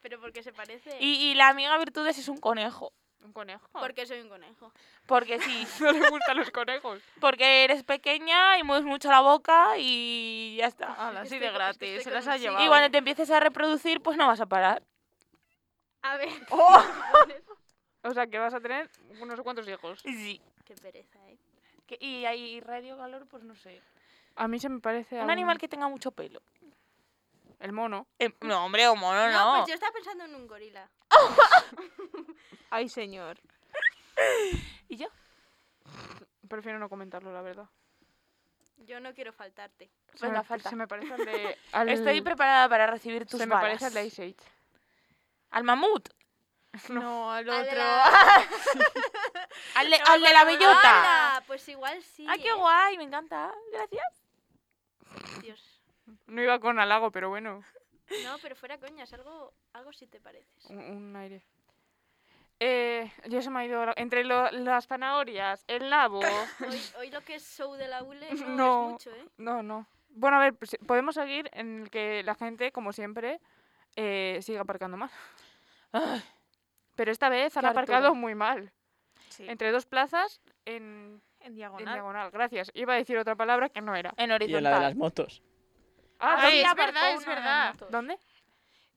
Speaker 5: Pero porque se parece...
Speaker 4: Y, y la amiga Virtudes es un conejo.
Speaker 3: Un conejo.
Speaker 5: Porque soy un conejo.
Speaker 4: Porque
Speaker 6: [laughs]
Speaker 4: sí,
Speaker 3: [laughs] no le gustan los conejos.
Speaker 4: porque eres pequeña y mueves mucho la boca y ya está.
Speaker 6: Hala, así
Speaker 5: Estoy
Speaker 6: de
Speaker 5: co- es que
Speaker 6: gratis,
Speaker 5: estoy
Speaker 6: se
Speaker 5: con
Speaker 6: las
Speaker 5: un
Speaker 6: ha
Speaker 5: sí.
Speaker 6: llevado.
Speaker 4: Y cuando te empieces a reproducir, pues no vas a parar.
Speaker 5: A ver... [laughs]
Speaker 6: Oh.
Speaker 4: [laughs]
Speaker 3: O sea, que vas a tener unos cuantos hijos.
Speaker 4: Sí.
Speaker 5: Qué pereza, ¿eh?
Speaker 4: Que- Y ahí radio calor, pues no sé.
Speaker 3: A mí se me parece a
Speaker 4: Un animal que tenga mucho pelo.
Speaker 3: El mono.
Speaker 4: Eh, no, hombre, o mono
Speaker 5: No,
Speaker 4: no.
Speaker 5: pues yo estaba pensando en un gorila.
Speaker 6: Ay, señor.
Speaker 4: ¿Y yo?
Speaker 3: Prefiero no comentarlo, la verdad.
Speaker 5: Yo no quiero faltarte.
Speaker 3: Se
Speaker 4: Venga,
Speaker 3: me,
Speaker 4: falta.
Speaker 3: se me parece al de... al-
Speaker 4: Estoy preparada para recibir tus
Speaker 3: Se me
Speaker 4: balas.
Speaker 3: parece al de Ice Age.
Speaker 4: Al mamut.
Speaker 6: [laughs] No, al
Speaker 5: Al de
Speaker 6: otro.
Speaker 5: la-
Speaker 4: Al de, al de la bellota.
Speaker 5: ¡Hala! Pues igual sí.
Speaker 4: ¡Ah, qué
Speaker 5: ¿eh?
Speaker 4: guay! Me encanta. Gracias.
Speaker 5: Dios.
Speaker 3: No iba con halago, pero bueno.
Speaker 5: No, pero fuera coñas, algo, algo sí te
Speaker 3: [laughs]
Speaker 5: pareces.
Speaker 3: Un, un aire. Eh, ya se me ha ido... la- Entre lo- las zanahorias, el nabo...
Speaker 5: Hoy, hoy lo que es show de la ULE no,
Speaker 3: No.
Speaker 5: es mucho, ¿eh?
Speaker 3: No, no. Bueno, a ver, pues, podemos seguir en el que la gente, como siempre, eh, siga aparcando mal. Pero esta vez han
Speaker 4: Qué hartura.
Speaker 3: aparcado muy mal.
Speaker 6: Sí.
Speaker 3: Entre dos plazas en,
Speaker 6: En
Speaker 3: en
Speaker 6: diagonal.
Speaker 3: diagonal. Gracias. Iba a decir otra palabra que no era.
Speaker 4: En
Speaker 8: Y en la de
Speaker 4: horizontal.
Speaker 8: las motos.
Speaker 3: Ah,
Speaker 6: Ay,
Speaker 3: ¿dónde?
Speaker 6: es verdad, es verdad.
Speaker 3: ¿Dónde?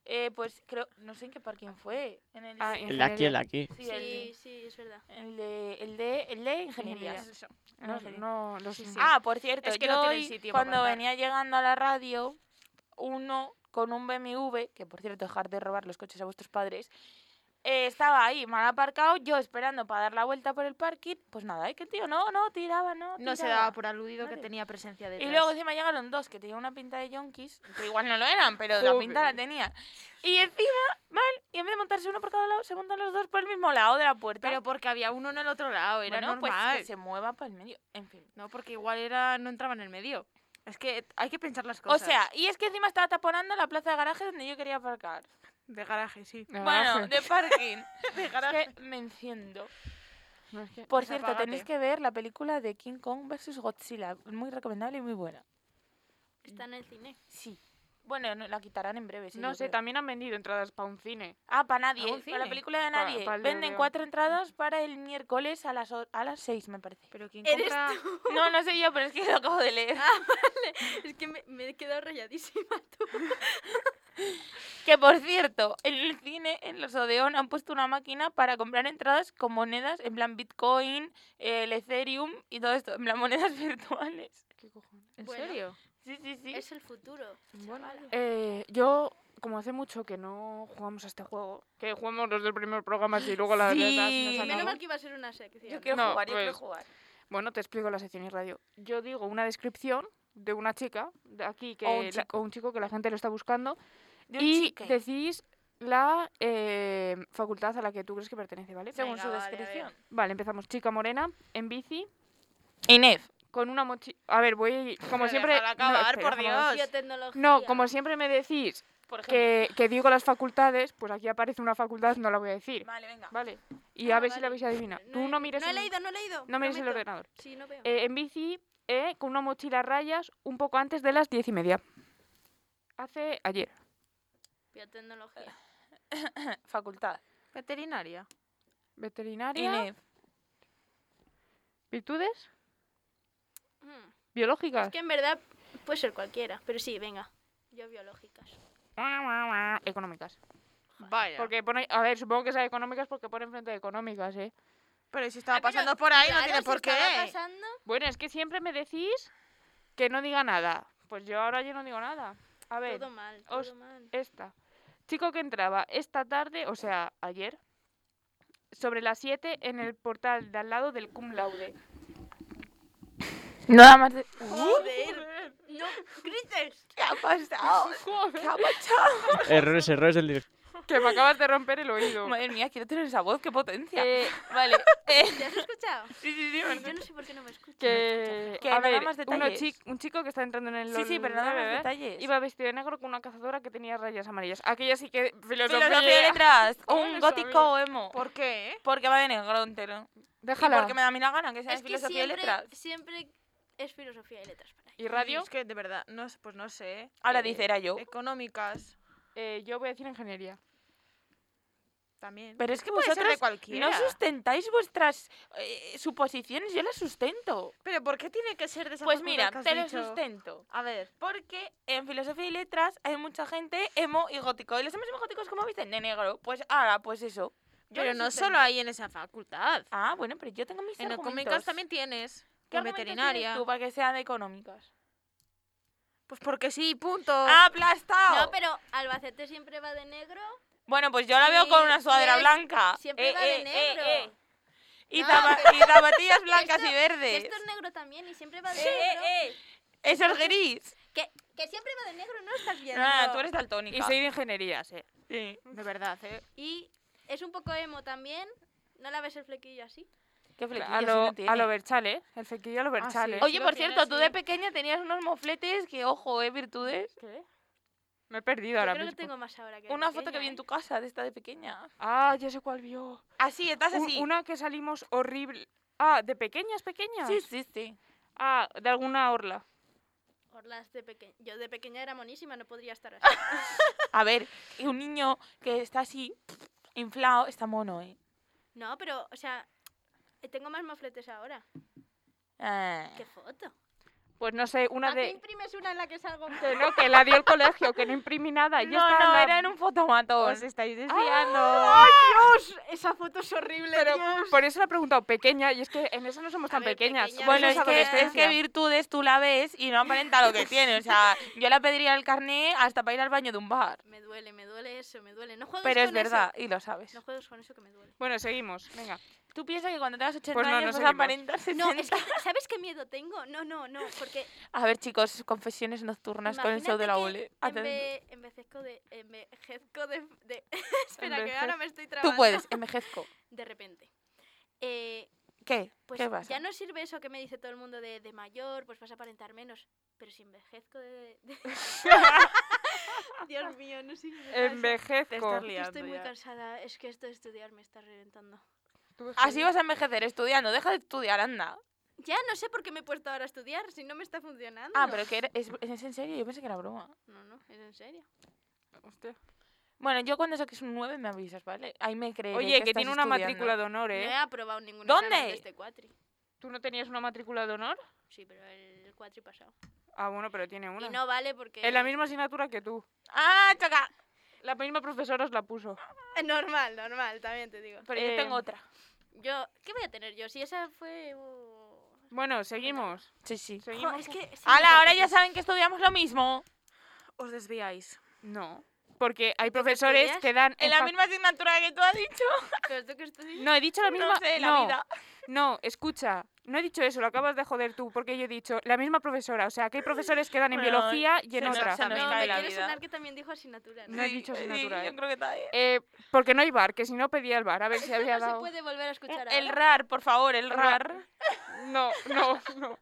Speaker 4: Eh, pues creo, no sé en qué parking fue. En el de,
Speaker 3: Ah,
Speaker 8: El de aquí, el de aquí.
Speaker 4: sí,
Speaker 5: Sí,
Speaker 4: el
Speaker 5: sí,
Speaker 4: de-
Speaker 5: es verdad.
Speaker 4: el de, el de, el de ingenierías.
Speaker 6: Eso.
Speaker 4: No
Speaker 3: No,
Speaker 4: sé.
Speaker 3: no lo sé.
Speaker 4: Ah, por cierto,
Speaker 6: Es que
Speaker 4: yo
Speaker 6: no tienen
Speaker 4: hoy,
Speaker 6: sitio para
Speaker 4: cuando
Speaker 6: aparcar.
Speaker 4: venía llegando a la radio, uno con un BMW, que por cierto, dejar de robar los coches a vuestros padres, eh, estaba ahí mal aparcado, yo esperando para dar la vuelta por el parking, pues nada, ¿eh? que el tío no, no, tiraba, no,
Speaker 6: No se
Speaker 4: tiraba.
Speaker 6: daba por aludido que
Speaker 4: Vale.
Speaker 6: tenía presencia de
Speaker 4: Y luego encima llegaron dos que tenían una pinta de yonkis, que igual no lo eran, pero la pinta la tenían. Y encima, mal, y en vez de montarse uno por cada lado, se montan los dos por el mismo lado de la puerta.
Speaker 6: Pero porque había uno en el otro lado, era
Speaker 4: Bueno, pues
Speaker 6: normal.
Speaker 4: que se mueva para el medio, en fin.
Speaker 6: No, porque igual era no entraba en el medio. Es que hay que pensar las cosas.
Speaker 4: O sea, y es que encima estaba taponando la plaza de garaje donde yo quería aparcar.
Speaker 6: de garaje, sí.
Speaker 3: El
Speaker 6: [laughs]
Speaker 4: Bueno,
Speaker 3: garaje.
Speaker 4: de parking.
Speaker 6: Ah. De garaje.
Speaker 4: es que me enciendo.
Speaker 3: No, es que-
Speaker 4: Por
Speaker 6: Pues
Speaker 4: cierto,
Speaker 6: apágate.
Speaker 4: tenéis que ver la película de King Kong vs. Godzilla. Muy recomendable y muy buena.
Speaker 5: Está en el cine.
Speaker 4: Sí. Bueno, no- la quitarán en breve. sí,
Speaker 3: no
Speaker 4: yo
Speaker 3: sé,
Speaker 4: creo.
Speaker 3: también han vendido entradas para un cine. [laughs]
Speaker 4: Ah, para
Speaker 6: ¿Algún
Speaker 4: nadie. Para la
Speaker 6: cine?
Speaker 4: película de
Speaker 3: Pa-
Speaker 4: nadie.
Speaker 3: pa'l de
Speaker 4: Venden
Speaker 3: Odeón.
Speaker 4: cuatro entradas para el miércoles a las, o- a las seis, me parece.
Speaker 6: Pero quién
Speaker 5: ¿Eres
Speaker 6: compra
Speaker 4: No, no sé yo, pero es que lo acabo de leer.
Speaker 5: Es que me, me he quedado rayadísima [laughs] tú.
Speaker 4: Que por cierto, en el cine, en los Odeón, han puesto una máquina para comprar entradas con monedas, en plan Bitcoin, el Ethereum y todo esto, en plan monedas [laughs] virtuales.
Speaker 3: ¿Qué cojones?
Speaker 6: ¿En
Speaker 5: Bueno.
Speaker 6: serio?
Speaker 4: Sí, sí, sí.
Speaker 5: Es el futuro. chavala.
Speaker 3: Eh, yo, como hace mucho que no jugamos a este juego, que jugamos los del primer programa y luego las
Speaker 4: Sí.
Speaker 3: letras nos han
Speaker 5: Menos
Speaker 3: dado.
Speaker 5: mal que iba a ser una sección.
Speaker 4: Yo quiero
Speaker 3: No,
Speaker 4: jugar, yo quiero
Speaker 3: pues,
Speaker 4: jugar.
Speaker 3: Bueno, te explico la sección y radio. Yo digo una descripción de una chica de aquí que
Speaker 4: O un
Speaker 3: la-
Speaker 4: chico.
Speaker 3: o un chico que la gente lo está buscando
Speaker 4: De un
Speaker 3: y
Speaker 4: chique.
Speaker 3: decís la eh, facultad a la que tú crees que pertenece, ¿vale?
Speaker 4: según
Speaker 6: Venga,
Speaker 4: su
Speaker 6: vale, a ver.
Speaker 4: descripción.
Speaker 3: Vale, empezamos. Chica morena en bici
Speaker 4: Inef.
Speaker 3: con una mochila. A ver, voy. Como
Speaker 6: Pero
Speaker 3: siempre.
Speaker 6: déjala acabar,
Speaker 3: espera,
Speaker 6: por
Speaker 3: déjame
Speaker 6: Dios.
Speaker 5: Biotecnología.
Speaker 3: No, como siempre me decís
Speaker 6: Por ejemplo.
Speaker 3: que, que digo las facultades, pues aquí aparece una facultad, no la voy a decir.
Speaker 4: Vale, venga.
Speaker 3: Vale. Y a
Speaker 5: Ah,
Speaker 3: ver si la
Speaker 5: vale.
Speaker 3: habéis adivinado. Tú
Speaker 5: he-
Speaker 3: no mires.
Speaker 5: No he
Speaker 3: el-
Speaker 5: leído, no he leído.
Speaker 3: No mires el
Speaker 5: prometo.
Speaker 3: ordenador.
Speaker 5: Sí, no veo.
Speaker 3: Eh, en bici, eh, con una mochila a rayas, un poco antes de las diez y media. Hace ayer.
Speaker 5: Biotecnología.
Speaker 4: Facultad.
Speaker 6: Veterinaria.
Speaker 3: Veterinaria.
Speaker 4: INEF.
Speaker 3: ¿Virtudes?
Speaker 5: Mm.
Speaker 3: Biológicas.
Speaker 5: Es que en verdad puede ser cualquiera, pero sí, venga. Yo biológicas.
Speaker 3: Económicas.
Speaker 6: Vaya.
Speaker 3: Porque pone, a ver, supongo que sea económicas porque pone enfrente de económicas, ¿eh?
Speaker 6: Pero si estaba pasando por ahí, no
Speaker 5: Claro,
Speaker 6: tiene
Speaker 5: si
Speaker 6: por qué.
Speaker 5: estaba pasando,
Speaker 3: Bueno, es que siempre me decís que no diga nada. Pues yo ahora yo no digo nada. A ver,
Speaker 5: todo mal, todo
Speaker 3: os-
Speaker 5: mal.
Speaker 3: esta. Chico que entraba esta tarde, o sea, ayer, sobre las 7 en el portal de al lado del cum laude.
Speaker 4: Nada más de...
Speaker 5: Joder. No grites.
Speaker 4: ¿Qué ha pasado? ¿Qué ha pasado?
Speaker 8: Errores, errores del director.
Speaker 3: [laughs] Que me acabas de romper el oído.
Speaker 4: Madre mía, quiero tener esa voz, qué potencia.
Speaker 3: Eh,
Speaker 4: Vale. eh,
Speaker 5: ¿Te has
Speaker 4: [laughs]
Speaker 5: escuchado?
Speaker 4: sí, sí, sí.
Speaker 5: Yo no sé por qué no me escuchas.
Speaker 3: que,
Speaker 4: Que
Speaker 3: a
Speaker 4: nada
Speaker 3: ver,
Speaker 4: más
Speaker 3: uno
Speaker 4: detalles.
Speaker 3: chi- un chico que está entrando en el
Speaker 4: Sí, sí, pero nada
Speaker 3: LOL,
Speaker 4: más
Speaker 3: ¿eh?
Speaker 4: detalles.
Speaker 3: Iba vestido de negro con una cazadora que tenía rayas amarillas. Aquella sí que filosofía.
Speaker 4: Filosofía de letras. Un
Speaker 3: Bueno,
Speaker 4: gótico
Speaker 3: sabía.
Speaker 4: emo.
Speaker 6: ¿Por qué?
Speaker 4: Porque va de negro entero. Y
Speaker 3: Déjala.
Speaker 4: porque me da a mí la gana que sea de
Speaker 5: Es que
Speaker 4: filosofía de
Speaker 5: siempre,
Speaker 4: letras.
Speaker 5: siempre es filosofía y letras para ahí.
Speaker 3: ¿Y radio?
Speaker 6: Es que de verdad, no, sé- pues no sé.
Speaker 4: Ahora
Speaker 6: Eh,
Speaker 4: dice, era yo.
Speaker 6: Económicas
Speaker 3: Eh, yo voy a decir ingeniería.
Speaker 6: también.
Speaker 4: Pero es que
Speaker 6: Puede ser de
Speaker 4: vosotros
Speaker 6: cualquiera.
Speaker 4: no sustentáis vuestras eh, suposiciones, yo las sustento.
Speaker 6: Pero ¿por qué tiene que ser de esa
Speaker 4: Pues mira,
Speaker 6: facultad que has
Speaker 4: te lo
Speaker 6: dicho?
Speaker 4: sustento.
Speaker 6: A ver.
Speaker 4: Porque en filosofía y letras hay mucha gente emo y gótico. Y los emos y góticos, como visten? De negro. Pues ahora, pues eso. Yo
Speaker 6: Pero
Speaker 4: lo
Speaker 6: no
Speaker 4: sustento.
Speaker 6: solo hay en esa facultad.
Speaker 4: Ah, bueno, pero yo tengo mis
Speaker 6: En
Speaker 4: argumentos.
Speaker 6: económicas también tienes.
Speaker 4: ¿Qué
Speaker 6: En
Speaker 4: argumentos tienes
Speaker 6: veterinaria.
Speaker 4: tú para que sea de económicas?
Speaker 6: Pues porque sí, punto.
Speaker 4: ¡Aplastado!
Speaker 5: No, pero Albacete siempre va de negro.
Speaker 4: Bueno, pues yo la veo con una
Speaker 5: Sí,
Speaker 4: sudadera
Speaker 5: pues,
Speaker 4: blanca. Eh,
Speaker 5: siempre va de negro.
Speaker 4: Y,
Speaker 5: No,
Speaker 4: zapa-
Speaker 5: pero-
Speaker 4: y [laughs] zapatillas blancas
Speaker 5: Esto-
Speaker 4: y
Speaker 5: que
Speaker 4: verdes.
Speaker 5: Esto es negro también y siempre va de
Speaker 4: Eh,
Speaker 5: negro.
Speaker 4: eh, eh. Eso [laughs] es gris.
Speaker 5: Que, que siempre va de negro, no lo estás viendo.
Speaker 4: Ah, tú eres daltónica.
Speaker 3: Y soy de ingeniería, sí.
Speaker 4: Sí.
Speaker 6: De verdad, ¿eh?
Speaker 5: Y es un poco emo también. ¿No la ves el flequillo así?
Speaker 4: Qué
Speaker 3: A
Speaker 4: flequillo
Speaker 3: lo,
Speaker 4: no tiene. Ah,
Speaker 3: a lo Berchale, el cequillo a Ah, lo Berchale.
Speaker 6: sí.
Speaker 4: Oye,
Speaker 6: lo
Speaker 4: por
Speaker 6: tiene
Speaker 4: cierto, tú de
Speaker 6: así.
Speaker 4: pequeña tenías unos mofletes que, ojo, eh, virtudes.
Speaker 3: ¿Qué? Me he perdido
Speaker 5: Yo
Speaker 3: ahora
Speaker 5: creo que
Speaker 3: mismo.
Speaker 5: tengo más ahora que de
Speaker 4: Una foto que
Speaker 5: pequeña,
Speaker 4: vi en
Speaker 5: ¿eh?
Speaker 4: tu casa de esta de pequeña.
Speaker 3: Ah, ya sé cuál vio.
Speaker 4: Así, estás
Speaker 3: Un-
Speaker 4: así.
Speaker 3: Una que salimos horrible. Ah, de pequeñas, pequeñas.
Speaker 4: Sí, sí, sí.
Speaker 3: Ah, de alguna orla.
Speaker 5: Orlas de pequeña. Yo de pequeña era monísima, no
Speaker 4: [laughs]
Speaker 5: podría estar así.
Speaker 4: A ver, y un niño que está así, inflado, está mono, eh.
Speaker 5: No, pero, o sea, eh, tengo más mofletes ahora.
Speaker 4: Ah.
Speaker 5: ¿Qué foto?
Speaker 3: Pues no sé, una
Speaker 5: ¿A qué
Speaker 3: de.
Speaker 5: imprimes una en la que
Speaker 4: [laughs]
Speaker 5: salgo?
Speaker 3: Que no, que la dio el colegio, que no imprimí nada. Yo
Speaker 4: No,
Speaker 3: estaba
Speaker 4: no,
Speaker 3: la-
Speaker 4: era en un fotomatón.
Speaker 3: Os
Speaker 6: Ah,
Speaker 3: estáis
Speaker 4: ¡Ay!
Speaker 5: Esa foto es horrible,
Speaker 3: ¡Ah! Pero
Speaker 5: Dios.
Speaker 3: por eso la he preguntado pequeña, y es que en eso no somos
Speaker 5: A
Speaker 3: tan
Speaker 5: ver,
Speaker 3: pequeñas.
Speaker 5: pequeña,
Speaker 4: Bueno,
Speaker 5: Eso
Speaker 4: es
Speaker 5: es
Speaker 4: que, es que
Speaker 3: adolescencia.
Speaker 4: virtudes tú la ves y no aparenta lo que tiene. O [laughs] sea, yo la pediría el carné hasta para ir al baño de un bar.
Speaker 5: Me duele, me duele eso, me duele. No juegues
Speaker 4: Pero es
Speaker 5: con eso.
Speaker 4: verdad, y lo sabes.
Speaker 5: No juegues con eso que me
Speaker 4: [laughs]
Speaker 5: duele.
Speaker 3: Bueno, seguimos, venga.
Speaker 4: Tú piensas que cuando tengas 80
Speaker 3: Pues no, no
Speaker 4: años vas a
Speaker 3: seguimos.
Speaker 4: aparentar 60.
Speaker 5: No, es que, ¿sabes qué miedo tengo? No, no, no, porque
Speaker 4: [laughs] A ver, chicos, confesiones nocturnas con el show de la
Speaker 5: imagínate
Speaker 4: ole.
Speaker 5: que
Speaker 4: Atento.
Speaker 5: enve- Envejezco de... Envejezco de... de- [laughs] Espera, que ahora me estoy trabando.
Speaker 4: Tú [laughs] puedes, envejezco.
Speaker 5: De repente. Eh,
Speaker 4: ¿Qué?
Speaker 5: pues
Speaker 4: ¿Qué pasa?
Speaker 5: ya no sirve eso que me dice todo el mundo de, de mayor, pues vas a aparentar menos. Pero si envejezco de...
Speaker 4: [laughs]
Speaker 5: de- Dios mío, no sé qué me pasa.
Speaker 3: Envejezco.
Speaker 5: Es que Estoy muy cansada, es que esto de estudiar me está reventando.
Speaker 4: Así vas a envejecer estudiando. Deja de estudiar, anda.
Speaker 5: Ya no sé por qué me he puesto ahora a estudiar, si no me está funcionando.
Speaker 4: Ah, pero que era- es, es en serio, yo pensé que era broma.
Speaker 5: No, no, es en serio.
Speaker 3: Hostia.
Speaker 4: Bueno, yo cuando saques un 9 me avisas, ¿vale? Ahí me crees.
Speaker 3: Oye, que, tiene una matrícula de honor,
Speaker 5: No
Speaker 3: ¿eh?
Speaker 5: he aprobado ningún
Speaker 4: ¿Dónde?
Speaker 5: examen de este cuatri.
Speaker 3: ¿Tú no tenías una matrícula de honor?
Speaker 5: Sí, pero el cuatri pasado.
Speaker 3: Ah, bueno, pero tiene una.
Speaker 5: Y no vale porque...
Speaker 3: En la misma asignatura que tú.
Speaker 4: eh. ¡Ah, choca!
Speaker 3: La misma profesora os la puso.
Speaker 5: Eh, [laughs] Normal, normal, también te digo.
Speaker 4: Pero
Speaker 3: Eh,
Speaker 4: yo tengo otra.
Speaker 5: Yo, ¿qué voy a tener yo? Si esa fue... uh,
Speaker 3: Bueno, seguimos.
Speaker 4: Sí, sí.
Speaker 5: jo,
Speaker 3: Seguimos.
Speaker 5: es que... sí,
Speaker 4: ¡Hala! Ahora
Speaker 5: porque-
Speaker 4: ya saben que estudiamos lo mismo.
Speaker 6: Os desviáis.
Speaker 3: No. Porque hay profesores
Speaker 5: estudias?
Speaker 3: que dan.
Speaker 4: En
Speaker 3: un
Speaker 4: la
Speaker 3: fac-
Speaker 4: misma asignatura que tú has dicho.
Speaker 5: Pero tú que estudias-
Speaker 3: No, he dicho la misma.
Speaker 4: No sé, la
Speaker 3: no,
Speaker 4: vida.
Speaker 3: no, escucha. No he dicho eso, lo acabas de joder tú, porque yo he dicho la misma profesora. O sea, que hay profesores que dan en
Speaker 4: Bueno,
Speaker 3: biología y en
Speaker 4: se nos-
Speaker 3: otra.
Speaker 4: se nos
Speaker 5: No,
Speaker 4: cae
Speaker 5: me
Speaker 4: la
Speaker 5: quiere
Speaker 4: vida.
Speaker 5: sonar que también dijo asignatura, ¿no?
Speaker 3: No he dicho
Speaker 4: Sí,
Speaker 3: asignatura,
Speaker 4: yo
Speaker 3: ¿eh?
Speaker 4: creo que está bien.
Speaker 3: Eh, porque no hay bar, que si no pedía el bar, a
Speaker 4: [laughs]
Speaker 3: ver si
Speaker 5: Esto
Speaker 3: había
Speaker 5: no se
Speaker 3: dado.
Speaker 5: puede volver a escuchar
Speaker 4: El
Speaker 5: ahora.
Speaker 4: [laughs] RAR, por favor, el RAR.
Speaker 3: No, no, no.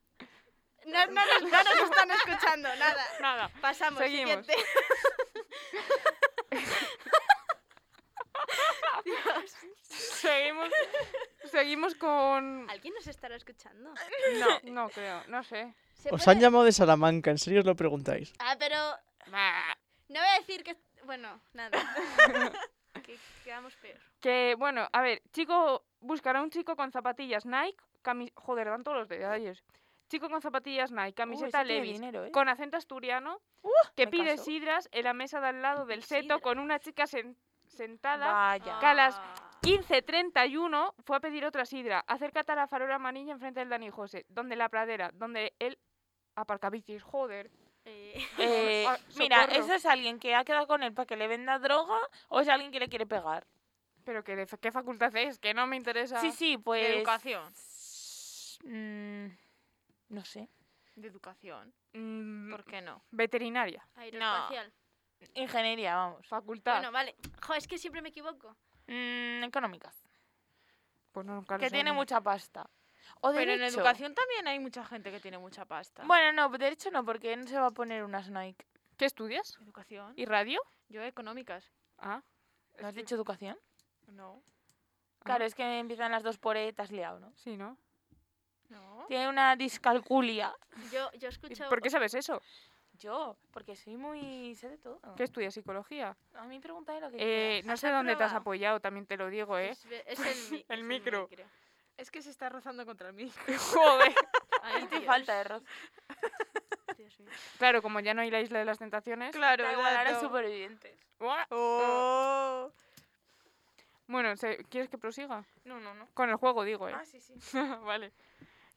Speaker 5: No, no, nos- no nos están escuchando, nada.
Speaker 3: Nada.
Speaker 5: Pasamos,
Speaker 3: Seguimos.
Speaker 5: siguiente.
Speaker 3: Seguimos, seguimos con...
Speaker 5: ¿Alguien nos estará escuchando?
Speaker 3: No, no creo, no sé.
Speaker 5: ¿Se
Speaker 8: Os
Speaker 5: puede?
Speaker 8: han llamado de Salamanca, en serio os lo preguntáis.
Speaker 5: Ah, pero
Speaker 3: Bah.
Speaker 5: no voy a decir que... Bueno, nada. que quedamos peor.
Speaker 3: Que, bueno, a ver, chico, buscará un chico con zapatillas Nike, cami- joder, dan todos los detalles. Chico con zapatillas Nike, camiseta Levi's,
Speaker 4: Dinero, ¿eh? ¡Uh!
Speaker 3: con acento asturiano, que
Speaker 4: me
Speaker 3: pide
Speaker 4: caso.
Speaker 3: sidras en la mesa de al lado del seto
Speaker 4: Sidras.
Speaker 3: con una chica sen- sentada.
Speaker 4: Vaya.
Speaker 3: que a las
Speaker 5: Ah.
Speaker 3: 15.31 fue a pedir otra sidra. Acércate a la farola amarilla enfrente del Dani José, donde la pradera, donde él aparcabicis, joder.
Speaker 5: Eh,
Speaker 4: Eh,
Speaker 3: Ah,
Speaker 4: mira,
Speaker 3: socorro.
Speaker 4: eso es alguien que ha quedado con él para que le venda droga o es alguien que le quiere pegar.
Speaker 3: Pero que de fa- qué facultad es, que no me interesa.
Speaker 4: sí, sí, pues.
Speaker 6: educación.
Speaker 4: Mm, no sé.
Speaker 6: De educación.
Speaker 3: Mm,
Speaker 6: ¿Por qué no?
Speaker 3: veterinaria,
Speaker 5: aeroespacial.
Speaker 4: Ingeniería, vamos.
Speaker 3: facultad.
Speaker 5: Bueno, vale. Jo, es que siempre me equivoco.
Speaker 4: Mm, económicas.
Speaker 3: Pues no, nunca lo
Speaker 4: Que
Speaker 3: sé,
Speaker 4: tiene
Speaker 3: no.
Speaker 4: mucha pasta. O
Speaker 6: Pero en
Speaker 4: derecho.
Speaker 6: educación también hay mucha gente que tiene mucha pasta.
Speaker 4: Bueno, no, derecho no, porque no se va a poner unas Nike.
Speaker 3: ¿Qué estudias?
Speaker 6: Educación.
Speaker 3: ¿Y radio?
Speaker 6: Yo económicas.
Speaker 3: Ah.
Speaker 4: ¿No has
Speaker 3: Sí.
Speaker 4: dicho educación?
Speaker 6: No.
Speaker 4: Claro, es que empiezan las dos por E, te has liado, ¿no?
Speaker 3: Sí, ¿no?
Speaker 6: No.
Speaker 4: Tiene una discalculia.
Speaker 5: Yo, yo
Speaker 3: ¿Y
Speaker 5: escucho...
Speaker 3: ¿Por qué sabes eso?
Speaker 4: Yo, porque soy muy... sé de todo.
Speaker 3: ¿Qué estudias? ¿Psicología?
Speaker 4: A mí pregúntale lo que
Speaker 3: [laughs] Eh, no
Speaker 6: ¿Has
Speaker 3: sé dónde te has
Speaker 6: aprobado?
Speaker 3: apoyado, también te lo digo, ¿eh?
Speaker 5: Es, ve- es el, mi-
Speaker 3: El
Speaker 5: es
Speaker 3: micro.
Speaker 6: Es que se está rozando contra mí.
Speaker 3: Joder.
Speaker 5: Ay,
Speaker 4: quieras. Te
Speaker 5: Dios,
Speaker 4: falta de roce.
Speaker 5: Dios mío.
Speaker 3: Claro, como ya no hay la isla de las tentaciones.
Speaker 6: Claro,
Speaker 4: Da igual, ahora supervivientes.
Speaker 3: ¡buah!
Speaker 6: Oh.
Speaker 3: Bueno, se- ¿quieres que prosiga?
Speaker 6: No, no, no.
Speaker 3: Con el juego, digo, ¿eh?
Speaker 6: Ah, sí, sí.
Speaker 3: [laughs] vale.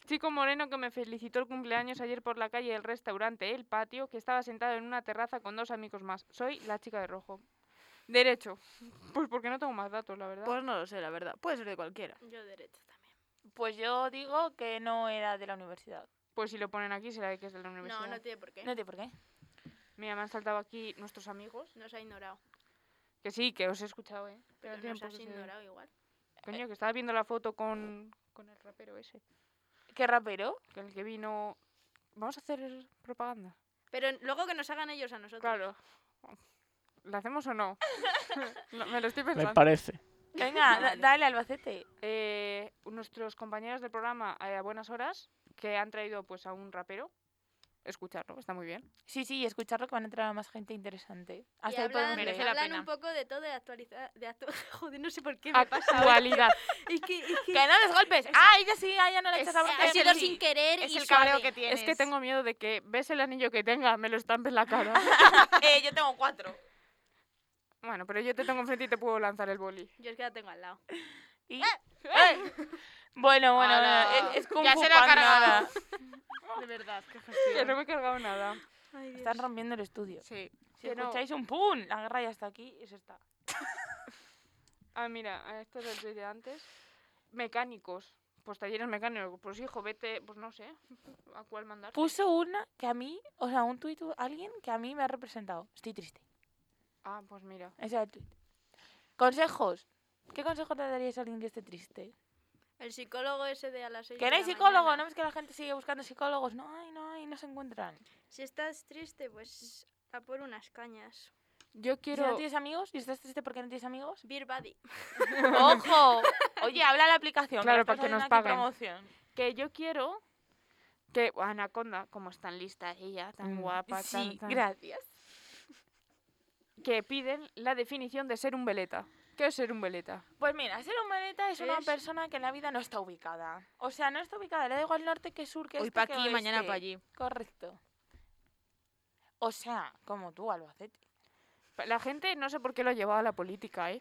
Speaker 3: Chico moreno que me felicitó el cumpleaños ayer por la calle del restaurante ¿eh? El Patio, que estaba sentado en una terraza con dos amigos más. Soy la chica de rojo. Derecho. [laughs] Pues porque no tengo más datos, la verdad.
Speaker 6: Pues no lo sé, la verdad. Puede ser de cualquiera.
Speaker 5: Yo derecho también.
Speaker 4: Pues yo digo que no era de la universidad.
Speaker 3: Pues si lo ponen aquí será que es de la universidad.
Speaker 5: No, no tiene por qué.
Speaker 4: No sé por qué.
Speaker 3: Mira, me han saltado aquí nuestros amigos.
Speaker 5: Nos ha ignorado.
Speaker 3: Que sí, que os he escuchado, ¿eh?
Speaker 5: Pero
Speaker 3: tienen
Speaker 5: nos
Speaker 3: por
Speaker 5: has
Speaker 3: qué ser-
Speaker 5: ignorado igual.
Speaker 3: Coño, que estaba viendo la foto con, con el rapero ese.
Speaker 4: ¿Qué rapero?
Speaker 3: Con el que vino... Vamos a hacer propaganda.
Speaker 5: Pero luego que nos hagan ellos a nosotros.
Speaker 3: Claro. ¿La hacemos o no? Lo- me lo estoy
Speaker 8: Me
Speaker 3: pensando.
Speaker 8: parece.
Speaker 4: Venga, da-
Speaker 5: Vale.
Speaker 4: dale, Albacete.
Speaker 3: eh, nuestros compañeros del programa eh, a buenas horas que han traído pues a un rapero escucharlo está muy bien
Speaker 4: Sí, sí, y escucharlo que van a entrar a más gente interesante.
Speaker 5: Y
Speaker 4: Hasta ahí
Speaker 5: hablan,
Speaker 4: podemos
Speaker 6: merece
Speaker 4: leer.
Speaker 6: la
Speaker 5: hablan
Speaker 6: pena.
Speaker 5: un poco de todo, de actualizar... De actu- [laughs] Joder, no sé por qué
Speaker 4: [laughs]
Speaker 5: me pasa hoy.
Speaker 3: actualidad
Speaker 5: Es que, es que-
Speaker 4: Ah, ¡Que no les golpes! ¡Ah, ella sí! ¡Ah, ella no le echas la bronca!
Speaker 5: ha sido
Speaker 6: el-
Speaker 5: sin querer
Speaker 6: Es
Speaker 5: y
Speaker 6: el cabreo
Speaker 5: suave.
Speaker 6: que tienes.
Speaker 3: es que tengo miedo de que ves el anillo que tenga me lo estampes en la cara
Speaker 6: Eh, yo tengo cuatro.
Speaker 3: bueno pero yo te tengo enfrente y te puedo lanzar el boli
Speaker 5: Yo es que la tengo al lado.
Speaker 4: Y- ¡Eh! Bueno, bueno,
Speaker 6: Ala.
Speaker 4: bueno, es, es Kung
Speaker 6: Ya
Speaker 4: Fu
Speaker 6: se la ha
Speaker 4: Panda.
Speaker 6: cargado. De verdad, qué
Speaker 3: que
Speaker 6: gestión.
Speaker 3: no me he cargado nada
Speaker 4: Están rompiendo el estudio.
Speaker 6: Sí.
Speaker 4: Si
Speaker 3: Que no.
Speaker 4: escucháis un pum, la guerra ya está aquí y se está.
Speaker 3: ah mira esto es el tuit de antes mecánicos pues talleres mecánicos pues hijo vete pues no sé a cuál mandar
Speaker 4: Puso una que a mí, o sea, un tuit, alguien que a mí me ha representado. Estoy triste.
Speaker 3: ah pues mira
Speaker 4: Ese era el tuit. Consejos. ¿Qué consejos le daríais a alguien que esté triste?
Speaker 5: El psicólogo ese de a las seis de
Speaker 4: Que no hay
Speaker 5: la
Speaker 4: psicólogo,
Speaker 5: mañana.
Speaker 4: no es que la gente sigue buscando psicólogos. No hay, no hay, no se encuentran.
Speaker 5: Si estás triste, pues a por unas cañas.
Speaker 3: yo
Speaker 4: Si
Speaker 3: quiero
Speaker 4: no tienes amigos y estás triste porque no tienes
Speaker 5: [laughs]
Speaker 4: amigos.
Speaker 5: Beer Buddy.
Speaker 4: ¡Ojo! Oye, habla la aplicación.
Speaker 3: Claro,
Speaker 4: la
Speaker 3: para que nos
Speaker 4: estamos haciendo aquí
Speaker 3: paguen.
Speaker 4: promoción.
Speaker 3: que yo quiero que Anaconda, como es tan lista ella, tan
Speaker 4: Mm,
Speaker 3: guapa, tan-
Speaker 4: Sí,
Speaker 3: tan-
Speaker 4: gracias.
Speaker 3: que piden la definición de ser un veleta. ¿Qué es ser un veleta?
Speaker 4: Pues mira, ser un veleta es una
Speaker 5: Es-
Speaker 4: persona que en la vida no está ubicada. O sea, no está ubicada, le da igual norte que sur, que
Speaker 6: Hoy
Speaker 4: este,
Speaker 6: para
Speaker 4: que
Speaker 6: aquí, mañana
Speaker 4: oeste.
Speaker 6: para allí.
Speaker 4: Correcto. O sea, como tú, Albacete.
Speaker 3: Pa- La gente no sé por qué lo llevaba a la política, ¿eh?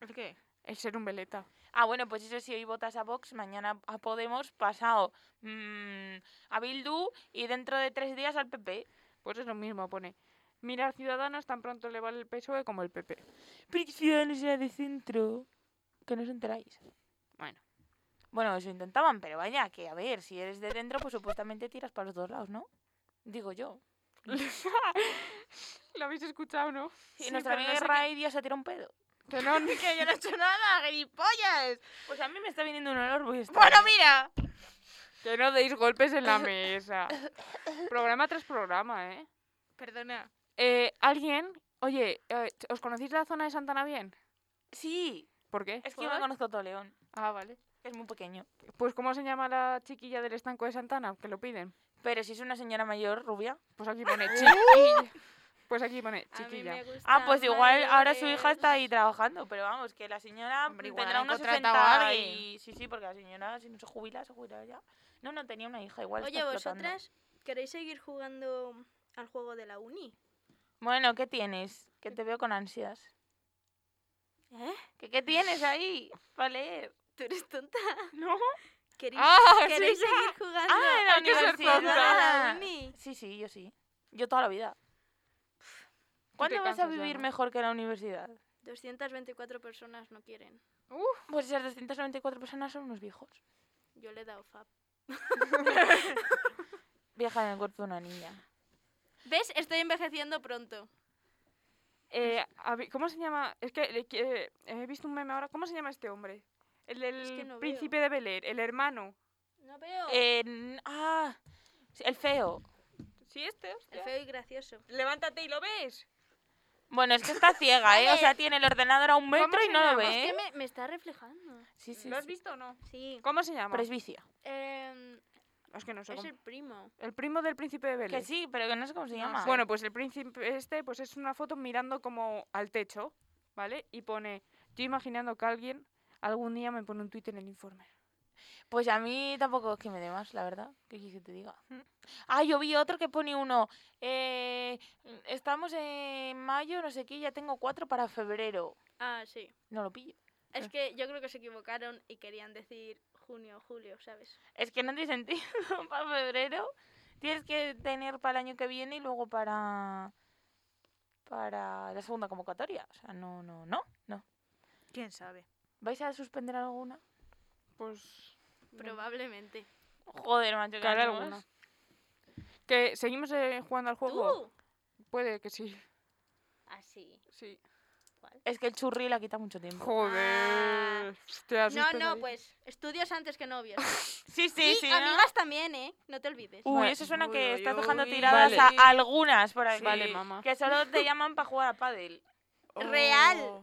Speaker 6: ¿El qué?
Speaker 3: El ser un veleta.
Speaker 4: Ah, bueno, pues eso sí, hoy votas a Vox, mañana a Podemos, pasado mm, a Bildu y dentro de tres días al PP.
Speaker 3: Pues es lo mismo, pone. Mirar Ciudadanos tan pronto le vale el PSOE E como el PP.
Speaker 4: Prisión sea de centro. Que no os enteráis.
Speaker 3: Bueno.
Speaker 4: Bueno, eso intentaban, pero vaya, que a ver, si eres de dentro, pues supuestamente tiras para los dos lados, ¿no? Digo yo.
Speaker 3: [laughs] ¿Lo habéis escuchado, no?
Speaker 4: Y
Speaker 6: Sí,
Speaker 4: nuestra
Speaker 6: pero no
Speaker 4: amiga
Speaker 6: sé
Speaker 4: Ray Díaz se tira un pedo.
Speaker 3: Que no, ni-
Speaker 6: Que yo no he hecho nada, gilipollas.
Speaker 4: Pues a mí me está viniendo un olor, voy a estar-
Speaker 6: Bueno, mira.
Speaker 3: Que no deis golpes
Speaker 5: [laughs]
Speaker 3: en la mesa. Programa tras programa, ¿eh?
Speaker 6: Perdona.
Speaker 3: Eh, alguien, oye, eh, ch- ¿os conocéis la zona de Santana bien?
Speaker 4: Sí,
Speaker 3: ¿Por qué?
Speaker 4: es que yo me conozco todo León,
Speaker 3: Ah, vale.
Speaker 4: que es muy pequeño.
Speaker 3: Pues ¿cómo se llama la chiquilla del estanco de Santana? Que lo piden.
Speaker 4: Pero si es una señora mayor, rubia.
Speaker 3: Pues aquí
Speaker 5: [laughs]
Speaker 3: pone chiquilla. Pues aquí pone
Speaker 5: A mí
Speaker 3: chiquilla.
Speaker 5: me gusta
Speaker 4: Ah, pues igual ahora su hija
Speaker 5: mayores.
Speaker 4: está ahí trabajando, pero vamos, que la señora
Speaker 6: Hombre, igual
Speaker 4: tendrá
Speaker 6: han
Speaker 4: unos
Speaker 6: contratado a
Speaker 4: 60
Speaker 6: alguien.
Speaker 4: y... Sí, sí, porque la señora si no se jubila, se jubila ya. No, no, tenía una hija igual.
Speaker 5: Oye,
Speaker 4: está explotando.
Speaker 5: ¿vosotras queréis seguir jugando al juego de la uni?
Speaker 4: Bueno, ¿qué tienes? Que te veo con ansias.
Speaker 5: ¿Eh?
Speaker 4: ¿Qué, qué tienes ahí para leer?
Speaker 5: ¿Tú eres tonta?
Speaker 4: [laughs] ¿No? pues
Speaker 5: ¿Queréis,
Speaker 3: Ah, sí,
Speaker 5: queréis
Speaker 3: ya.
Speaker 5: seguir jugando
Speaker 4: Ah, en la
Speaker 5: al juego de
Speaker 4: universidad.
Speaker 5: la uni?
Speaker 4: Sí, sí, yo sí. Yo toda la vida. ¿Cuándo vas a
Speaker 3: cansas ya,
Speaker 4: vivir
Speaker 3: ¿no?
Speaker 4: mejor que en la universidad?
Speaker 5: 224 personas no quieren.
Speaker 4: Pues esas 294 personas son unos viejos.
Speaker 5: Yo le he dado fab.
Speaker 4: Viajan en el cuerpo de una niña.
Speaker 5: ¿Ves? Estoy envejeciendo pronto.
Speaker 3: Eh, a ver, ¿Cómo se llama? Es que eh, que, eh, he visto un meme ahora. ¿Cómo se llama este hombre? El del
Speaker 5: que no veo.
Speaker 3: príncipe de Bel Air, el hermano.
Speaker 5: No veo.
Speaker 4: Eh, n- ah, sí, el feo.
Speaker 3: Sí, este.
Speaker 5: El
Speaker 3: hostia.
Speaker 5: feo y gracioso.
Speaker 3: Levántate y lo ves.
Speaker 4: Bueno, es que está ciega, ¿eh? O sea, tiene el ordenador a un
Speaker 3: ¿Cómo
Speaker 4: metro y
Speaker 3: se
Speaker 4: no lo
Speaker 3: llama?
Speaker 4: ve.
Speaker 5: Es que
Speaker 4: ¿eh?
Speaker 5: me, me está reflejando.
Speaker 4: Sí, sí.
Speaker 3: ¿Lo has
Speaker 4: sí.
Speaker 3: visto o no?
Speaker 5: Sí.
Speaker 3: ¿Cómo se llama?
Speaker 4: Presbicia.
Speaker 5: Em,
Speaker 3: Es que no sé.
Speaker 5: es
Speaker 3: cómo-
Speaker 5: el primo.
Speaker 3: El primo del príncipe de Bel
Speaker 4: Que
Speaker 3: Air.
Speaker 4: sí, pero que no sé cómo se llama.
Speaker 3: Bueno, pues el príncipe este, pues es una foto mirando como al techo, ¿vale? Y pone, yo imaginando que alguien algún día me pone un tuit en el informe.
Speaker 4: Pues a mí tampoco es que me dé más, la verdad. ¿Qué quieres que te diga? Ah, yo vi otro que pone uno. eh, estamos en mayo, no sé qué, ya tengo cuatro para febrero.
Speaker 5: Ah, sí.
Speaker 4: No lo pillo.
Speaker 3: Ah.
Speaker 5: Es que yo creo que se equivocaron y querían decir junio o julio, ¿sabes?
Speaker 4: Es que no tiene sentido. [laughs] para febrero tienes que tener para el año que viene y luego para. para la segunda convocatoria. O sea, no, no, no, no.
Speaker 6: ¿Quién sabe?
Speaker 4: ¿Vais a suspender alguna?
Speaker 3: Pues...
Speaker 5: Probablemente.
Speaker 4: Joder, macho, ¿eh? que
Speaker 3: Cara
Speaker 4: ánimos.
Speaker 3: alguna. Que seguimos eh, jugando al juego.
Speaker 5: ¿Tú? Ah,
Speaker 3: Puede que sí.
Speaker 5: Así.
Speaker 3: Sí.
Speaker 4: Es que el churri la quita mucho tiempo.
Speaker 3: Joder. Hostia, has
Speaker 5: No,
Speaker 3: visto
Speaker 5: no,
Speaker 3: ahí.
Speaker 5: pues estudios antes que novios.
Speaker 3: [laughs]
Speaker 4: Sí, sí,
Speaker 5: y
Speaker 4: sí. ¿no?
Speaker 5: amigas también, ¿eh? No te olvides.
Speaker 4: Uy,
Speaker 3: Bueno,
Speaker 4: eso suena
Speaker 3: uy,
Speaker 4: que
Speaker 3: uy,
Speaker 4: estás dejando
Speaker 3: uy.
Speaker 4: tiradas
Speaker 3: Vale.
Speaker 4: a algunas por aquí.
Speaker 3: Vale, mamá.
Speaker 4: Que solo
Speaker 3: [laughs]
Speaker 4: te llaman para jugar a pádel.
Speaker 3: Oh.
Speaker 5: Real.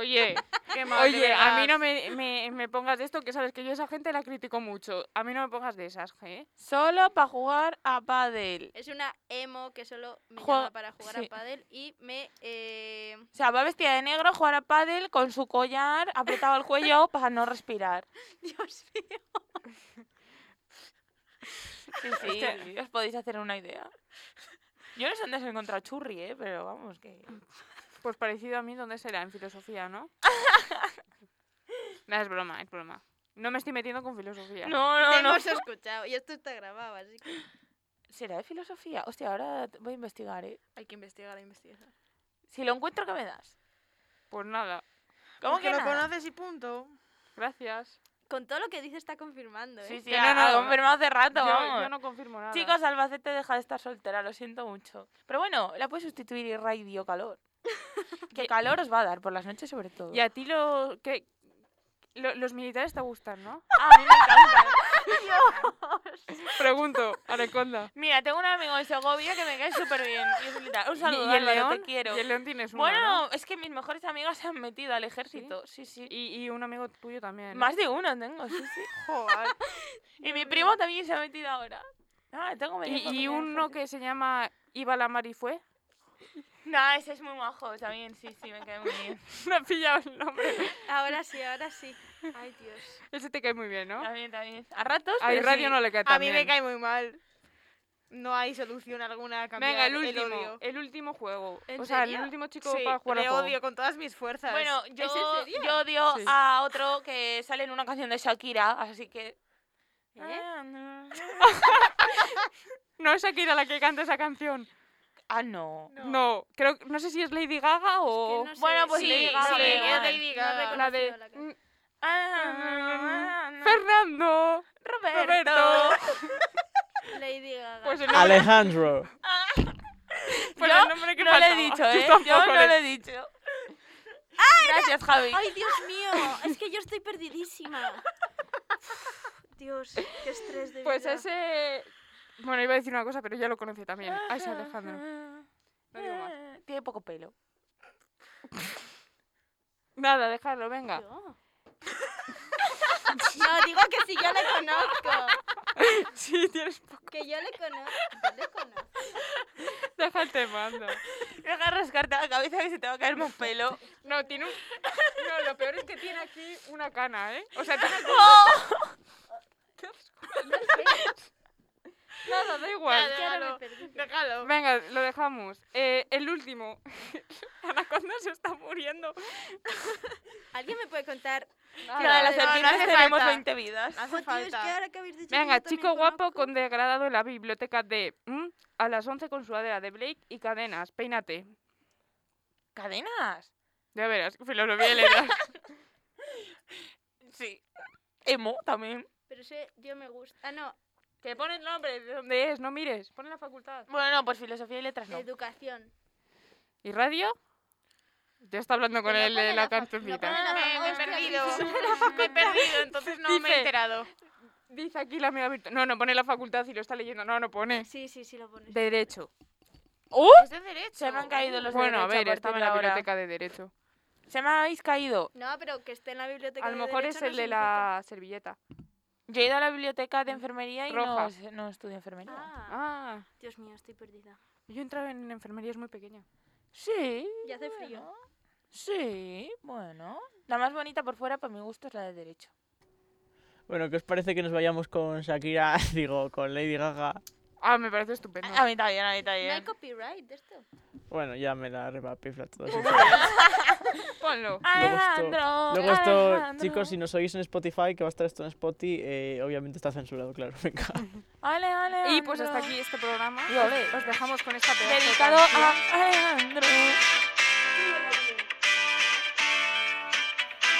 Speaker 3: Oye,
Speaker 6: Qué mal, de
Speaker 3: oye, a mí
Speaker 6: verdad.
Speaker 3: no me, me, me pongas de esto, que sabes que yo a esa gente la critico mucho. A mí no me pongas de esas, ¿eh?
Speaker 4: Solo para jugar a pádel.
Speaker 5: Es una emo que solo me
Speaker 4: Jue-
Speaker 5: llama para jugar
Speaker 4: sí.
Speaker 5: a pádel y me...
Speaker 4: [laughs]
Speaker 5: eh,
Speaker 4: O sea, va vestida de negro a jugar a pádel con su collar apretado al
Speaker 3: [laughs]
Speaker 4: cuello para no respirar.
Speaker 5: Dios [laughs] mío.
Speaker 4: Sí, sí, os podéis hacer una idea. Yo no sé dónde se encontrado churri, ¿eh? Pero vamos, que...
Speaker 3: Pues parecido a mí, ¿dónde será? En filosofía,
Speaker 4: [laughs]
Speaker 3: ¿no? no, es broma, es broma. No me estoy metiendo con filosofía.
Speaker 4: No, no,
Speaker 5: Te
Speaker 4: no.
Speaker 5: hemos escuchado y esto está grabado, así que...
Speaker 4: ¿Será de filosofía? Hostia, ahora voy a investigar, ¿eh?
Speaker 6: Hay que investigar, hay que investigar.
Speaker 4: Si lo encuentro, ¿qué me das?
Speaker 3: Pues nada,
Speaker 4: ¿Cómo
Speaker 6: Porque
Speaker 4: que
Speaker 6: lo
Speaker 4: nada?
Speaker 6: conoces y punto.
Speaker 3: gracias.
Speaker 5: Con todo lo que dice está confirmando, ¿eh?
Speaker 4: Sí, sí,
Speaker 3: Que no,
Speaker 4: ha,
Speaker 3: no,
Speaker 4: ha
Speaker 3: no.
Speaker 4: confirmado hace rato,
Speaker 3: Yo,
Speaker 4: vamos.
Speaker 3: yo no confirmo nada.
Speaker 4: Chicos, Albacete deja de estar soltera, lo siento mucho. Pero bueno, la puedes sustituir y radio [laughs] calor. que calor os va a dar, por las noches sobre todo.
Speaker 3: y a ti lo, que, lo- los militares te gustan, ¿no?
Speaker 4: [laughs] A mí me encanta.
Speaker 3: [laughs] Pregunto, Areconda.
Speaker 4: Mira, tengo un amigo de Segovia que me cae súper bien. [laughs] y es militar. Un saludo,
Speaker 3: y el
Speaker 4: Álvaro,
Speaker 3: león,
Speaker 4: te quiero.
Speaker 3: Y el león tienes uno,
Speaker 4: bueno,
Speaker 3: ¿no?
Speaker 4: es que mis mejores amigos se han metido al ejército. Sí, sí.
Speaker 3: Y, y un amigo tuyo también. ¿no?
Speaker 4: Más de uno tengo, sí, [laughs] sí.
Speaker 6: Joder.
Speaker 4: Y mi primo también se ha metido ahora. Ah, tengo medio
Speaker 3: Y, y
Speaker 4: familia en el
Speaker 3: uno
Speaker 4: ejército.
Speaker 3: que se llama Iba la [laughs] Marifue.
Speaker 4: No, ese es muy majo también, sí, sí, me cae muy [laughs] bien.
Speaker 3: No he pillado el nombre.
Speaker 5: Ahora sí, ahora sí. Ay,
Speaker 4: [laughs]
Speaker 5: Dios.
Speaker 3: Ese te cae muy bien, ¿no?
Speaker 4: También, también. A ratos,
Speaker 3: Ay,
Speaker 4: pero
Speaker 3: radio
Speaker 4: sí.
Speaker 3: no le cae tan
Speaker 6: A mí me
Speaker 3: bien.
Speaker 6: cae muy mal. No hay solución alguna a cambiar
Speaker 3: Venga, el
Speaker 6: odio.
Speaker 3: último. El último juego.
Speaker 5: ¿En
Speaker 3: O sea, el
Speaker 5: serio?
Speaker 3: último chico
Speaker 6: Sí,
Speaker 3: para jugar al
Speaker 6: le
Speaker 3: juego.
Speaker 6: odio con todas mis fuerzas.
Speaker 4: Bueno, yo,
Speaker 5: en serio?
Speaker 4: yo odio
Speaker 3: Sí.
Speaker 4: a otro que sale en una canción de Shakira, así que. Ah, no.
Speaker 3: No es Shakira la que canta esa canción.
Speaker 4: Ah, no.
Speaker 3: No, creo no sé si es Lady Gaga o
Speaker 5: no sé.
Speaker 4: Bueno, pues
Speaker 5: Sí,
Speaker 4: Lady
Speaker 5: sí,
Speaker 4: Gaga,
Speaker 5: sí,
Speaker 4: Lady
Speaker 5: es
Speaker 4: Gaga.
Speaker 5: Lady Gaga.
Speaker 3: la de
Speaker 5: Conocido la
Speaker 3: "Mm,
Speaker 4: Ah, no.
Speaker 3: Fernando.
Speaker 4: Roberto.
Speaker 3: Roberto.
Speaker 5: Lady Gaga.
Speaker 3: Pues
Speaker 4: eh,
Speaker 3: el nombre,
Speaker 8: Alejandro.
Speaker 3: pues
Speaker 4: Yo
Speaker 3: el nombre que
Speaker 4: [laughs] no
Speaker 3: faltaba.
Speaker 4: lo he dicho,
Speaker 3: Yo
Speaker 4: ¿eh? Yo,
Speaker 3: tampoco
Speaker 4: no
Speaker 3: le-
Speaker 4: lo he dicho. Gracias, Javi. [laughs]
Speaker 5: Ay, Dios mío, es que yo estoy perdidísima. Dios, qué estrés de
Speaker 3: Pues
Speaker 5: vida.
Speaker 3: ese... Bueno, iba a decir una cosa, pero Em, ya lo conocí también. A ese
Speaker 4: [laughs]
Speaker 3: Alejandro. No digo más.
Speaker 4: Tiene poco pelo.
Speaker 3: Nada, dejarlo, venga.
Speaker 5: Yo. [laughs] No, digo que si yo le conozco.
Speaker 3: [laughs] Sí, tienes... po-
Speaker 5: Que yo le conozco. Yo le conozco.
Speaker 3: Deja el tema, anda.
Speaker 4: Deja rascarte la cabeza que se te va a caer más pelo.
Speaker 3: No, tiene un... No, lo peor es que tiene aquí una cana, ¿eh? O sea, tiene aquí... Nada, da igual.
Speaker 5: Es que ahora me perdí.
Speaker 6: Déjalo.
Speaker 3: Venga, lo dejamos. Eh, el último. [laughs] Anaconda se está muriendo.
Speaker 5: ¿Alguien me puede contar?
Speaker 4: Claro, las
Speaker 6: no, no
Speaker 4: serpientes
Speaker 6: hace
Speaker 4: tenemos
Speaker 6: falta.
Speaker 4: 20 vidas.
Speaker 6: Hace
Speaker 5: Joder, es que
Speaker 6: falta.
Speaker 5: ahora que habéis dicho que
Speaker 3: Venga,
Speaker 5: yo también
Speaker 3: chico guapo
Speaker 5: conozco-
Speaker 3: con degradado en la biblioteca de... ¿m? A las 11 con sudadera de Blake y cadenas. Peínate.
Speaker 4: ¿Cadenas?
Speaker 3: Ya verás, filo, lo voy a [laughs] leer.
Speaker 4: Sí. Emo también.
Speaker 5: Pero ese yo me gusta. Ah, no,
Speaker 3: que pone el nombre de dónde es, no mires. Pone la facultad.
Speaker 4: Bueno, no, pues filosofía y letras
Speaker 5: [laughs]
Speaker 4: no.
Speaker 5: educación.
Speaker 3: ¿Y radio? Ya está hablando con
Speaker 5: no
Speaker 3: el de la
Speaker 5: pone la fac- no
Speaker 3: cancioncita.
Speaker 5: pone la-
Speaker 6: Me, me he
Speaker 5: Hostia,
Speaker 6: perdido.
Speaker 5: sí,
Speaker 6: Me he perdido, entonces no me
Speaker 3: Dice-
Speaker 6: he enterado.
Speaker 3: Dice aquí la amiga virtual. No, no pone la facultad y lo está leyendo. No, no pone.
Speaker 5: Sí, sí, sí lo pones.
Speaker 3: Derecho.
Speaker 6: Es de derecho.
Speaker 4: Se me han caído los
Speaker 3: bueno, a
Speaker 4: derechos
Speaker 3: ver, está en la
Speaker 4: partir de ahora.
Speaker 3: biblioteca de derecho.
Speaker 4: Se me habéis caído.
Speaker 5: No, pero que esté en la biblioteca.
Speaker 3: A lo
Speaker 5: de
Speaker 3: mejor es
Speaker 5: derecho
Speaker 3: el
Speaker 5: no
Speaker 3: de la servilleta.
Speaker 4: Yo he ido a la biblioteca de enfermería y
Speaker 3: Roja.
Speaker 4: no, sé- no estudio enfermería.
Speaker 5: significa- Ah,
Speaker 3: Ah,
Speaker 5: Dios mío, estoy perdida.
Speaker 3: yo entraba en enfermería, es muy pequeña.
Speaker 4: Sí.
Speaker 5: Ya hace frío.
Speaker 4: bueno. Sí, bueno. La más bonita por fuera, para mi gusto, es la de derecho.
Speaker 8: Bueno, ¿qué os parece que nos vayamos con Shakira, [laughs] digo, con Lady Gaga?
Speaker 3: Ah, me parece estupendo.
Speaker 4: A mí también, a mí
Speaker 5: ¿No hay
Speaker 4: también.
Speaker 5: copyright de esto?
Speaker 8: Bueno, ya me la repapifla todo. así que-
Speaker 3: Ponlo.
Speaker 4: Alejandro.
Speaker 8: Luego esto,
Speaker 4: Alejandro,
Speaker 8: chicos, si nos oís en Spotify, que va a estar esto en Spotify, eh, obviamente está censurado, claro, [laughs] venga.
Speaker 4: Ale, Alejandro.
Speaker 3: Y pues hasta aquí este programa.
Speaker 4: Y ole.
Speaker 3: Os dejamos con esta pedazo de
Speaker 4: Dedicado
Speaker 3: canción.
Speaker 4: a Alejandro.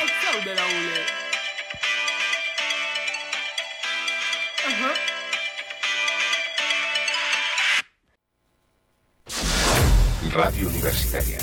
Speaker 2: El show de la ULE. Ajá.
Speaker 1: Radio Universitaria.